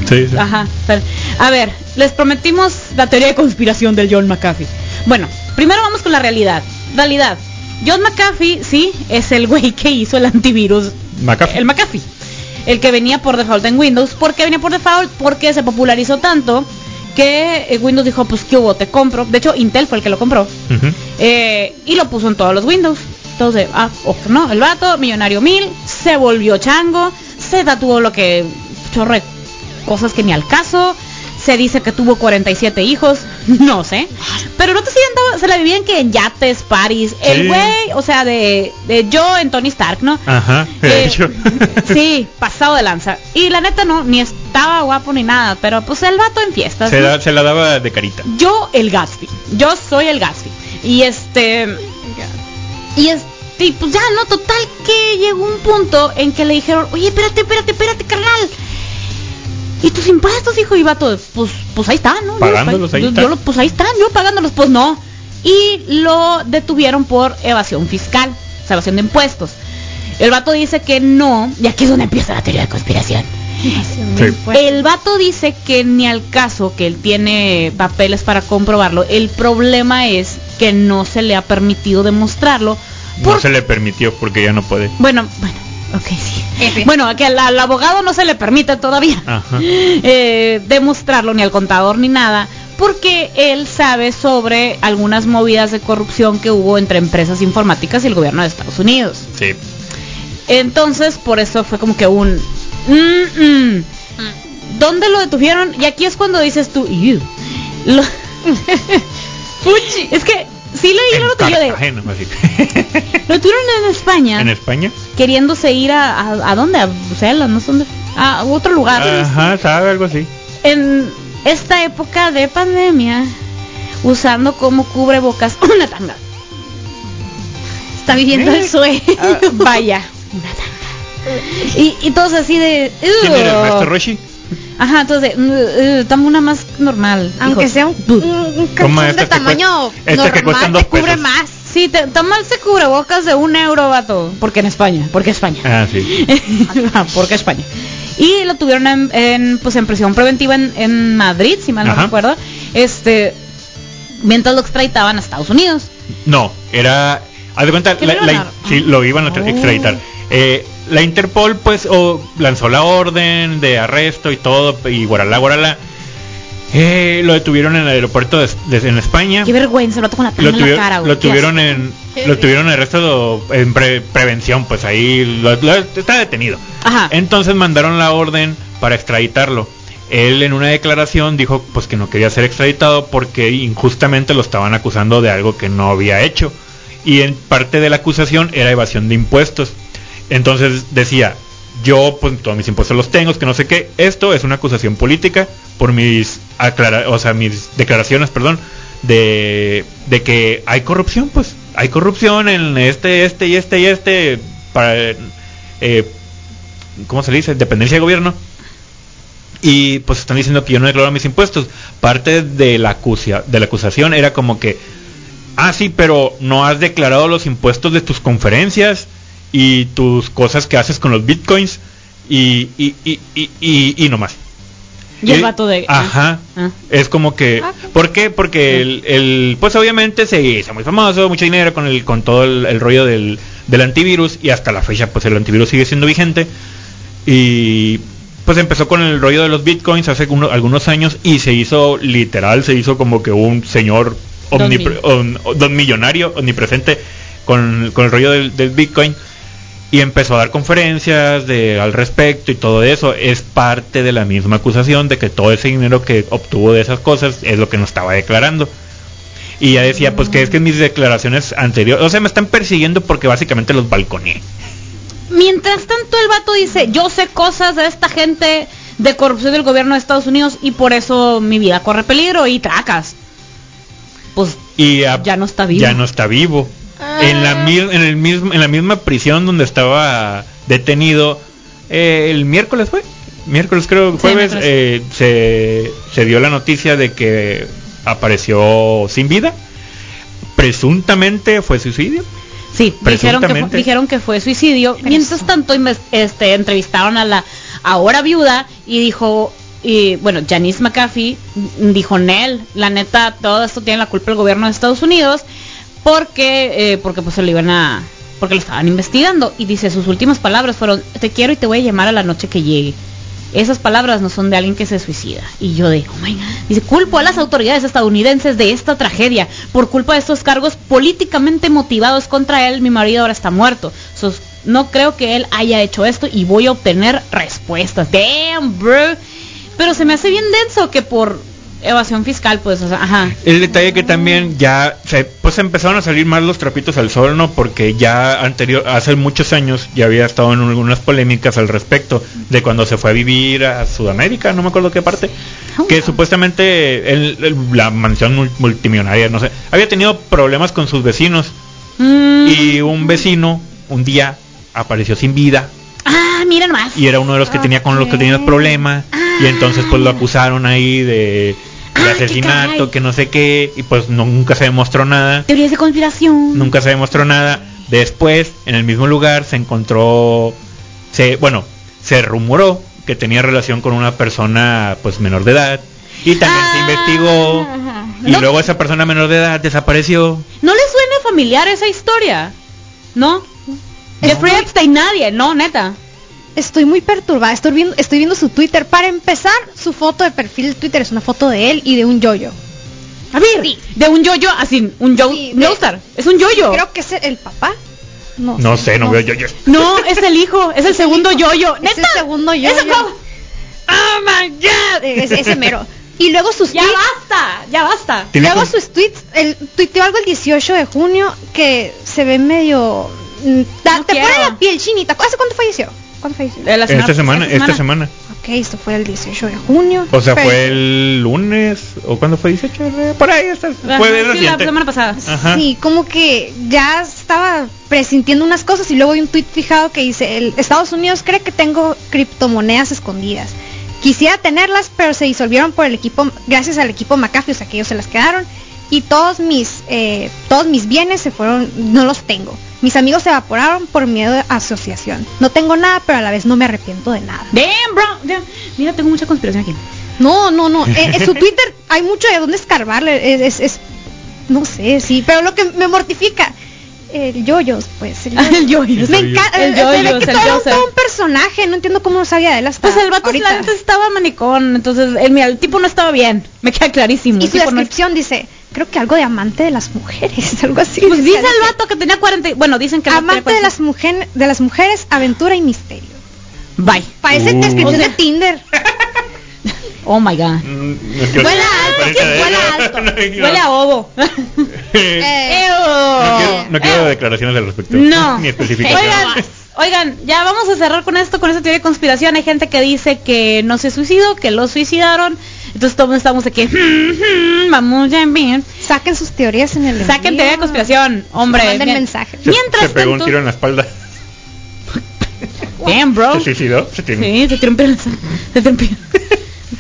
Sí, sí.
Ajá. pero- A ver, les prometimos la teoría de conspiración del John McAfee. Bueno, primero vamos con la realidad. Realidad. John McAfee, sí, es el güey que hizo el antivirus.
McAfee.
El McAfee. El que venía por default en Windows. ¿Por qué venía por default? Porque se popularizó tanto que eh, Windows dijo, pues qué hubo, te compro. De hecho, Intel fue el que lo compró.
Ujú.
Eh, y lo puso en todos los Windows. Entonces, ah, ojo, ¿no? El vato, millonario mil, se volvió chango, se tatuó lo que chorre cosas que ni al caso. Se dice que tuvo 47 hijos, no sé. Pero no te siguen, se la vivían que en yates, paris. El
Sí. Ah,
güey, o sea, de, de yo en Tony Stark, ¿no?
Ajá, de
Eh,
hecho.
sí, pasado de lanza. Y la neta no, ni estaba guapo ni nada, pero pues el vato en fiestas.
se,
¿no?
da- se la daba de carita.
Yo el Gatsby. Yo soy el Gatsby. Y este. Y este, y pues ya, no, total que llegó un punto en que le dijeron, oye, espérate, espérate, espérate, carnal. Y tus impuestos, hijo, y vato, pues, pues ahí están, ¿no? Yo
Pagándolos, ahí
yo-
están.
yo lo- pues ahí están, yo pagándolos, pues no. Y lo detuvieron por evasión fiscal, o sea, evasión de impuestos. El vato dice que no, y aquí es donde empieza la teoría de conspiración.
Sí.
pues.
El vato dice que ni al caso que él tiene papeles para comprobarlo, el problema es que no se le ha permitido demostrarlo.
No
por-
se le permitió porque ya no puede.
Bueno, bueno, ok, sí.
F.
Bueno, que al, al abogado no se le permite todavía
Ajá.
eh, demostrarlo, ni al contador, ni nada, porque él sabe sobre algunas movidas de corrupción que hubo entre empresas informáticas y el gobierno de Estados Unidos.
Sí.
Entonces, por eso fue como que un... mm, mm. ¿Dónde lo detuvieron? Y aquí es cuando dices tú, "Ew". Lo- es que sí leí
En
lo tuyo de...
Cartagena, así.
Lo detuvieron en España,
¿En España?
queriéndose ir a, a, ¿a dónde, a Bruselas, no sé dónde, a otro lugar.
Ajá, sabe algo así.
En esta época de pandemia, usando como cubrebocas una tanga.
Está viviendo
Eh.
el sueño.
Ah, Vaya, una tanga. Y, y todos así de...
¿Quién era?
"Ew".
¿Maestro Roshi?
Ajá, entonces, mm, eh, dame una más normal.
Aunque
hijo.
sea un, un, un
Como
calzón
estas
de
que
tamaño
este cuest- estas que
normal,
cuestan
te
dos
cubre
pesos.
más.
Sí, te, tomarse cubrebocas de un euro, vato. Porque en España, porque España.
Ah, sí.
Ah, porque España. Y lo tuvieron en, en, pues, en prisión preventiva en, en Madrid, si mal no
Ajá.
recuerdo. Este, mientras lo extraditaban a Estados Unidos.
No, era... Haz de cuenta,
¿Que
la-
lo iban
la-
a-
sí, lo iban a tra-
Oh.
extraditar. Eh, la Interpol, pues, o lanzó la orden de arresto y todo, y guaralá, guaralá. Eh, lo detuvieron en el aeropuerto de, de- en España.
Qué vergüenza, lo con la tanga
lo,
en
tuvieron-
la cara, güey.
lo tuvieron en lo tuvieron arrestado en pre- prevención pues ahí lo- lo- está detenido
Ajá.
entonces mandaron la orden para extraditarlo él en una declaración dijo pues que no quería ser extraditado porque injustamente lo estaban acusando de algo que no había hecho y en parte de la acusación era evasión de impuestos entonces decía yo pues todos mis impuestos los tengo, es que no sé qué. Esto es una acusación política por mis aclara- o sea, mis declaraciones, perdón, de, de que hay corrupción, pues. Hay corrupción en este, este y este y este para eh, ¿cómo se le dice? Dependencia de gobierno. y pues están diciendo que yo no declaro mis impuestos. Parte de la, acusia- de la acusación era como que, ah, sí, pero no has declarado los impuestos de tus conferencias y tus cosas que haces con los bitcoins y, y, y, y, y, y no más.
Y el
Eh,
vato de- ah,
Ajá.
ah.
Es como que.
Ah.
¿Por qué? Porque el, el- Pues obviamente se hizo muy famoso, mucho dinero con el con todo el, el rollo del, del antivirus. Y hasta la fecha, pues el antivirus sigue siendo vigente. Y. Pues empezó con el rollo de los bitcoins hace uno- algunos años y se hizo literal, se hizo como que un señor
Don
omnipre- om- don millonario, omnipresente con, con el rollo del, del bitcoin y empezó a dar conferencias de al respecto y todo eso es parte de la misma acusación de que todo ese dinero que obtuvo de esas cosas es lo que no estaba declarando y ya decía pues que es que mis declaraciones anteriores o sea me están persiguiendo porque básicamente los balconé
Mientras tanto el vato dice, yo sé cosas de esta gente de corrupción del gobierno de Estados Unidos y por eso mi vida corre peligro y tracas. Pues
y ah,
Ya no está vivo.
ya no está vivo en la mi- en el mismo en la misma prisión donde estaba detenido eh, el miércoles fue miércoles creo jueves
miércoles.
eh, se, se dio la noticia de que apareció sin vida presuntamente fue suicidio
sí, dijeron que, fu-
Presuntamente.
dijeron que fue suicidio. Mientras tanto inves- este, entrevistaron a la ahora viuda y dijo, y bueno, Janice McAfee dijo Nel, la neta, todo esto tiene la culpa el gobierno de Estados Unidos porque, eh, porque pues se lo iban a, porque lo estaban investigando. Y dice, sus últimas palabras fueron, te quiero y te voy a llamar a la noche que llegue. Esas palabras no son de alguien que se suicida. Y yo de, oh my God. Dice, culpo a las autoridades estadounidenses de esta tragedia. Por culpa de estos cargos políticamente motivados contra él, mi marido ahora está muerto. Sos- no creo que él haya hecho esto y voy a obtener respuestas. Damn, bro. Pero se me hace bien denso que por evasión fiscal, pues, o sea, ajá.
El detalle que también ya se, pues empezaron a salir más los trapitos al sol, ¿no? Porque ya anterior, hace muchos años ya había estado en algunas polémicas al respecto de cuando se fue a vivir a Sudamérica, no me acuerdo qué parte, que supuestamente el- el- la mansión mul- multimillonaria, no sé, había tenido problemas con sus vecinos
Mm.
y un vecino un día apareció sin vida
Ah, mira nomás.
y era uno de los que tenía con los que tenía problemas y entonces pues lo acusaron ahí de, de
Ah, qué caray.
asesinato, que no sé qué y pues no- nunca se demostró nada,
Teorías de conspiración.
nunca se demostró nada. Después en el mismo lugar se encontró, se bueno, se rumoró que tenía relación con una persona pues menor de edad y también se
Ah.
investigó y
No.
luego esa persona menor de edad desapareció.
¿No le suena familiar esa historia? ¿No? Jeffrey Epstein, nadie, no, neta.
Estoy muy perturbada, estoy viendo, estoy viendo su Twitter. Para empezar, su foto de perfil de Twitter es una foto de él y de un yoyo.
A ver, de un yo-yo, así, un yo,
Sí,
un
de-
Joestar, es un yo-yo.
Creo que es el, el papá. No,
No sé, no, veo yo, yo.
No, es el hijo, es el segundo
hijo.
yo-yo.
Es
Neta,
el segundo
¿Eso
yo-yo.
cómo? Oh my god.
Eh, Ese, ese mero. Y luego sus
Ya
tweets-
basta, ya basta.
Tiene
Luego
con-
sus tweets, el tuiteó algo el 18 de junio que se ve medio... mm, da-
No
te
quiero.
pone la piel chinita. ¿Hace cuánto falleció? ¿Cuándo falleció?
Eh, la
Esta semana, esta semana.
Ok, esto fue el 18 de junio.
O sea,
Pero-
fue el lunes o cuando fue 18, eh, por ahí está.
Ajá,
Fue
sí, la
reciente.
semana pasada.
Ajá.
Sí, como que ya estaba presintiendo unas cosas y luego hay un tuit fijado que dice, el Estados Unidos cree que tengo criptomonedas escondidas. Quisiera tenerlas, pero se disolvieron por el equipo, gracias al equipo McAfee, o sea que ellos se las quedaron. Y todos mis, eh, todos mis bienes se fueron, no los tengo. Mis amigos se evaporaron por miedo de asociación. No tengo nada, pero a la vez no me arrepiento de nada.
Damn, bro. damn. Mira, tengo mucha conspiración aquí.
No, no, no. eh, en su Twitter hay mucho de dónde escarbarle. Es, es- es- no sé, sí. Pero lo que me mortifica, el yoyos, pues. El yoyos.
Ah, el yo-yo.
Me
El
encanta.
yoyos.
eh, se ve
El yoyos,
que
el
todo era
Joseph.
todo un personaje. No entiendo cómo no sabía de él hasta.
Pues el vato
ahorita.
la neta estaba manicón, entonces el, mira, el tipo no estaba bien, me queda clarísimo.
Y
el
su
tipo no-
descripción dice, creo que algo de amante de las mujeres, algo así.
Pues dice
decía,
el vato que pues tenía 40, y- bueno, dicen que el vato
Amante
tenía
de las, mujer- de las mujeres, aventura y misterio.
40. Bye.
Parece
Uh.
descripción
O sea,
de Tinder.
Oh my god.
Mm, es que-
Huele a alto,
parece de-
huele a alto, huele a ovo.
Eh,
No quiero, no quiero declaraciones al respecto.
Eh, No.
Ni especificaciones.
Oigan, oigan, ya vamos a cerrar con esto, con esta teoría de conspiración. Hay gente que dice que no se suicidó, que lo suicidaron. Entonces todos estamos aquí. "Hmm, hmm, Vamos ya bien.
Saquen sus teorías en el
Saquen
envío.
teoría de conspiración, hombre.
Manden
Mien-
mensaje.
Se-
Mientras
se pegó
tanto-
un tiro en la espalda.
Damn, bro. Oh.
Se suicidó. Se tiró un-
Sí, se tiró un pie en la- Se tiró un pie.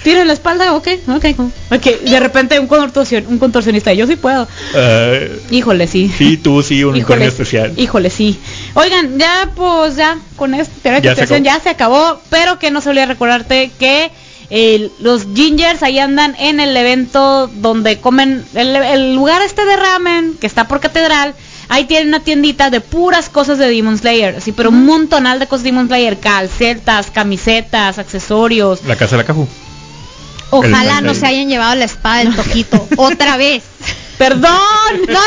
tiro en la espalda, ok, ok, ok. De repente un, contorsion- un contorsionista, yo sí puedo.
Eh,
Híjole, sí.
sí, tú sí, un unicornio
Híjole,
especial.
híjole, sí. Oigan, ya pues ya con esta teoría de
Ya se
conspiración ya se acabó, pero que no se olvide recordarte que eh, los gingers ahí andan en el evento donde comen, el, el lugar este de ramen, que está por catedral, ahí tienen una tiendita de puras cosas de Demon Slayer, sí, pero un montonal de cosas de Demon Slayer, calcetas, camisetas, accesorios.
La casa de la Cajú.
Ojalá
El-
no se hayan llevado la espada del tojito. Otra vez.
¡Perdón!
¡No!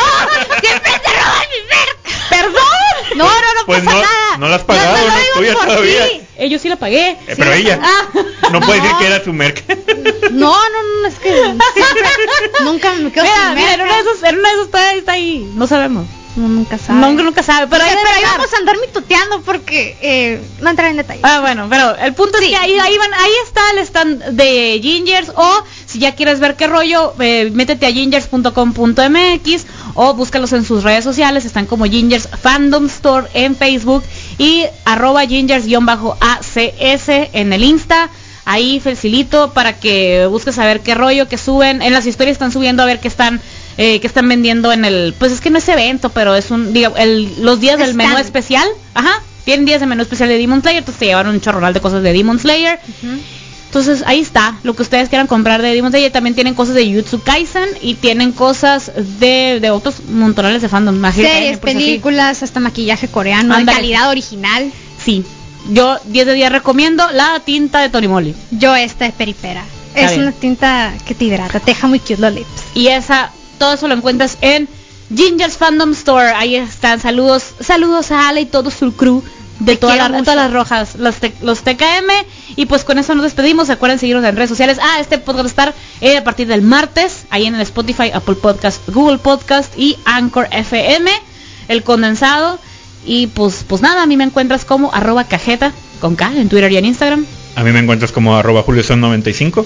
¡Siempre te roban mi merca!
¡Perdón!
No, no, no
Pues
pasa
no-
nada.
no la has
Yo te
pagado,
lo
no es
digo
tuya
por
todavía.
ti. Ah.
Eh, yo sí Ah, la pagué.
Eh, pero ella no puede decir que era su merca.
No, no, no, no, es que siempre- nunca me quedo
Mira,
sin
mira, en
merca.
una de esas, en una de esas todavía está ahí. No sabemos.
No, nunca sabe.
Nunca, nunca sabe, pero ahí
Pero
debe
ahí
estar.
vamos a andar mitoteando porque eh, no entraré en detalle.
Ah, bueno, pero el punto es que ahí, ahí van, ahí está el stand de Gingers o si ya quieres ver qué rollo, eh, métete a gingers.com.mx o búscalos en sus redes sociales, están como Gingers Fandom Store en Facebook y arroba gingers-acs en el Insta. Ahí felicito para que busques a ver qué rollo que suben. En las historias están subiendo a ver qué están eh, qué están vendiendo en el. Pues es que no es evento, pero es un diga, el- los días del menú
Stand.
especial especial, ajá, tienen días de menú especial de Demon Slayer, entonces te llevaron un chorronal de cosas de Demon Slayer.
Ujú.
Entonces ahí está, lo que ustedes quieran comprar de Demon Slayer, también tienen cosas de Jutsu Kaisen y tienen cosas de, de otros montonales de fandom. Magic
Series,
Academy, por eso
películas, hasta maquillaje coreano, de
Ándale.
calidad original.
así. Sí, yo 10 de 10 recomiendo la tinta de Torimoli.
Yo esta de peripera.
Está
es
bien.
una tinta que te hidrata, te deja muy cute los lips.
Y esa, todo eso lo encuentras en Ginger's Fandom Store. Ahí están. Saludos, saludos a Ale y todo su crew de
Te
toda
quiero
la-
mucho.
todas las rojas, los, T- los TKM. Y pues con eso nos despedimos. Recuerden seguirnos en redes sociales. Ah, este podcast va a estar eh, a partir del martes. Ahí en el Spotify, Apple Podcast, Google Podcast y Anchor FM. El condensado. Y pues, pues nada, a mí me encuentras como arroba cajeta con K en Twitter y en Instagram.
A mí me encuentras como arroba julioson95.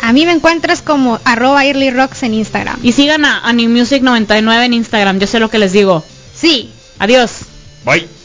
A mí me encuentras como arroba early rocks en Instagram.
Y sigan a, a New Music 99 en Instagram. Yo sé lo que les digo.
Sí,
Adiós.
Bye.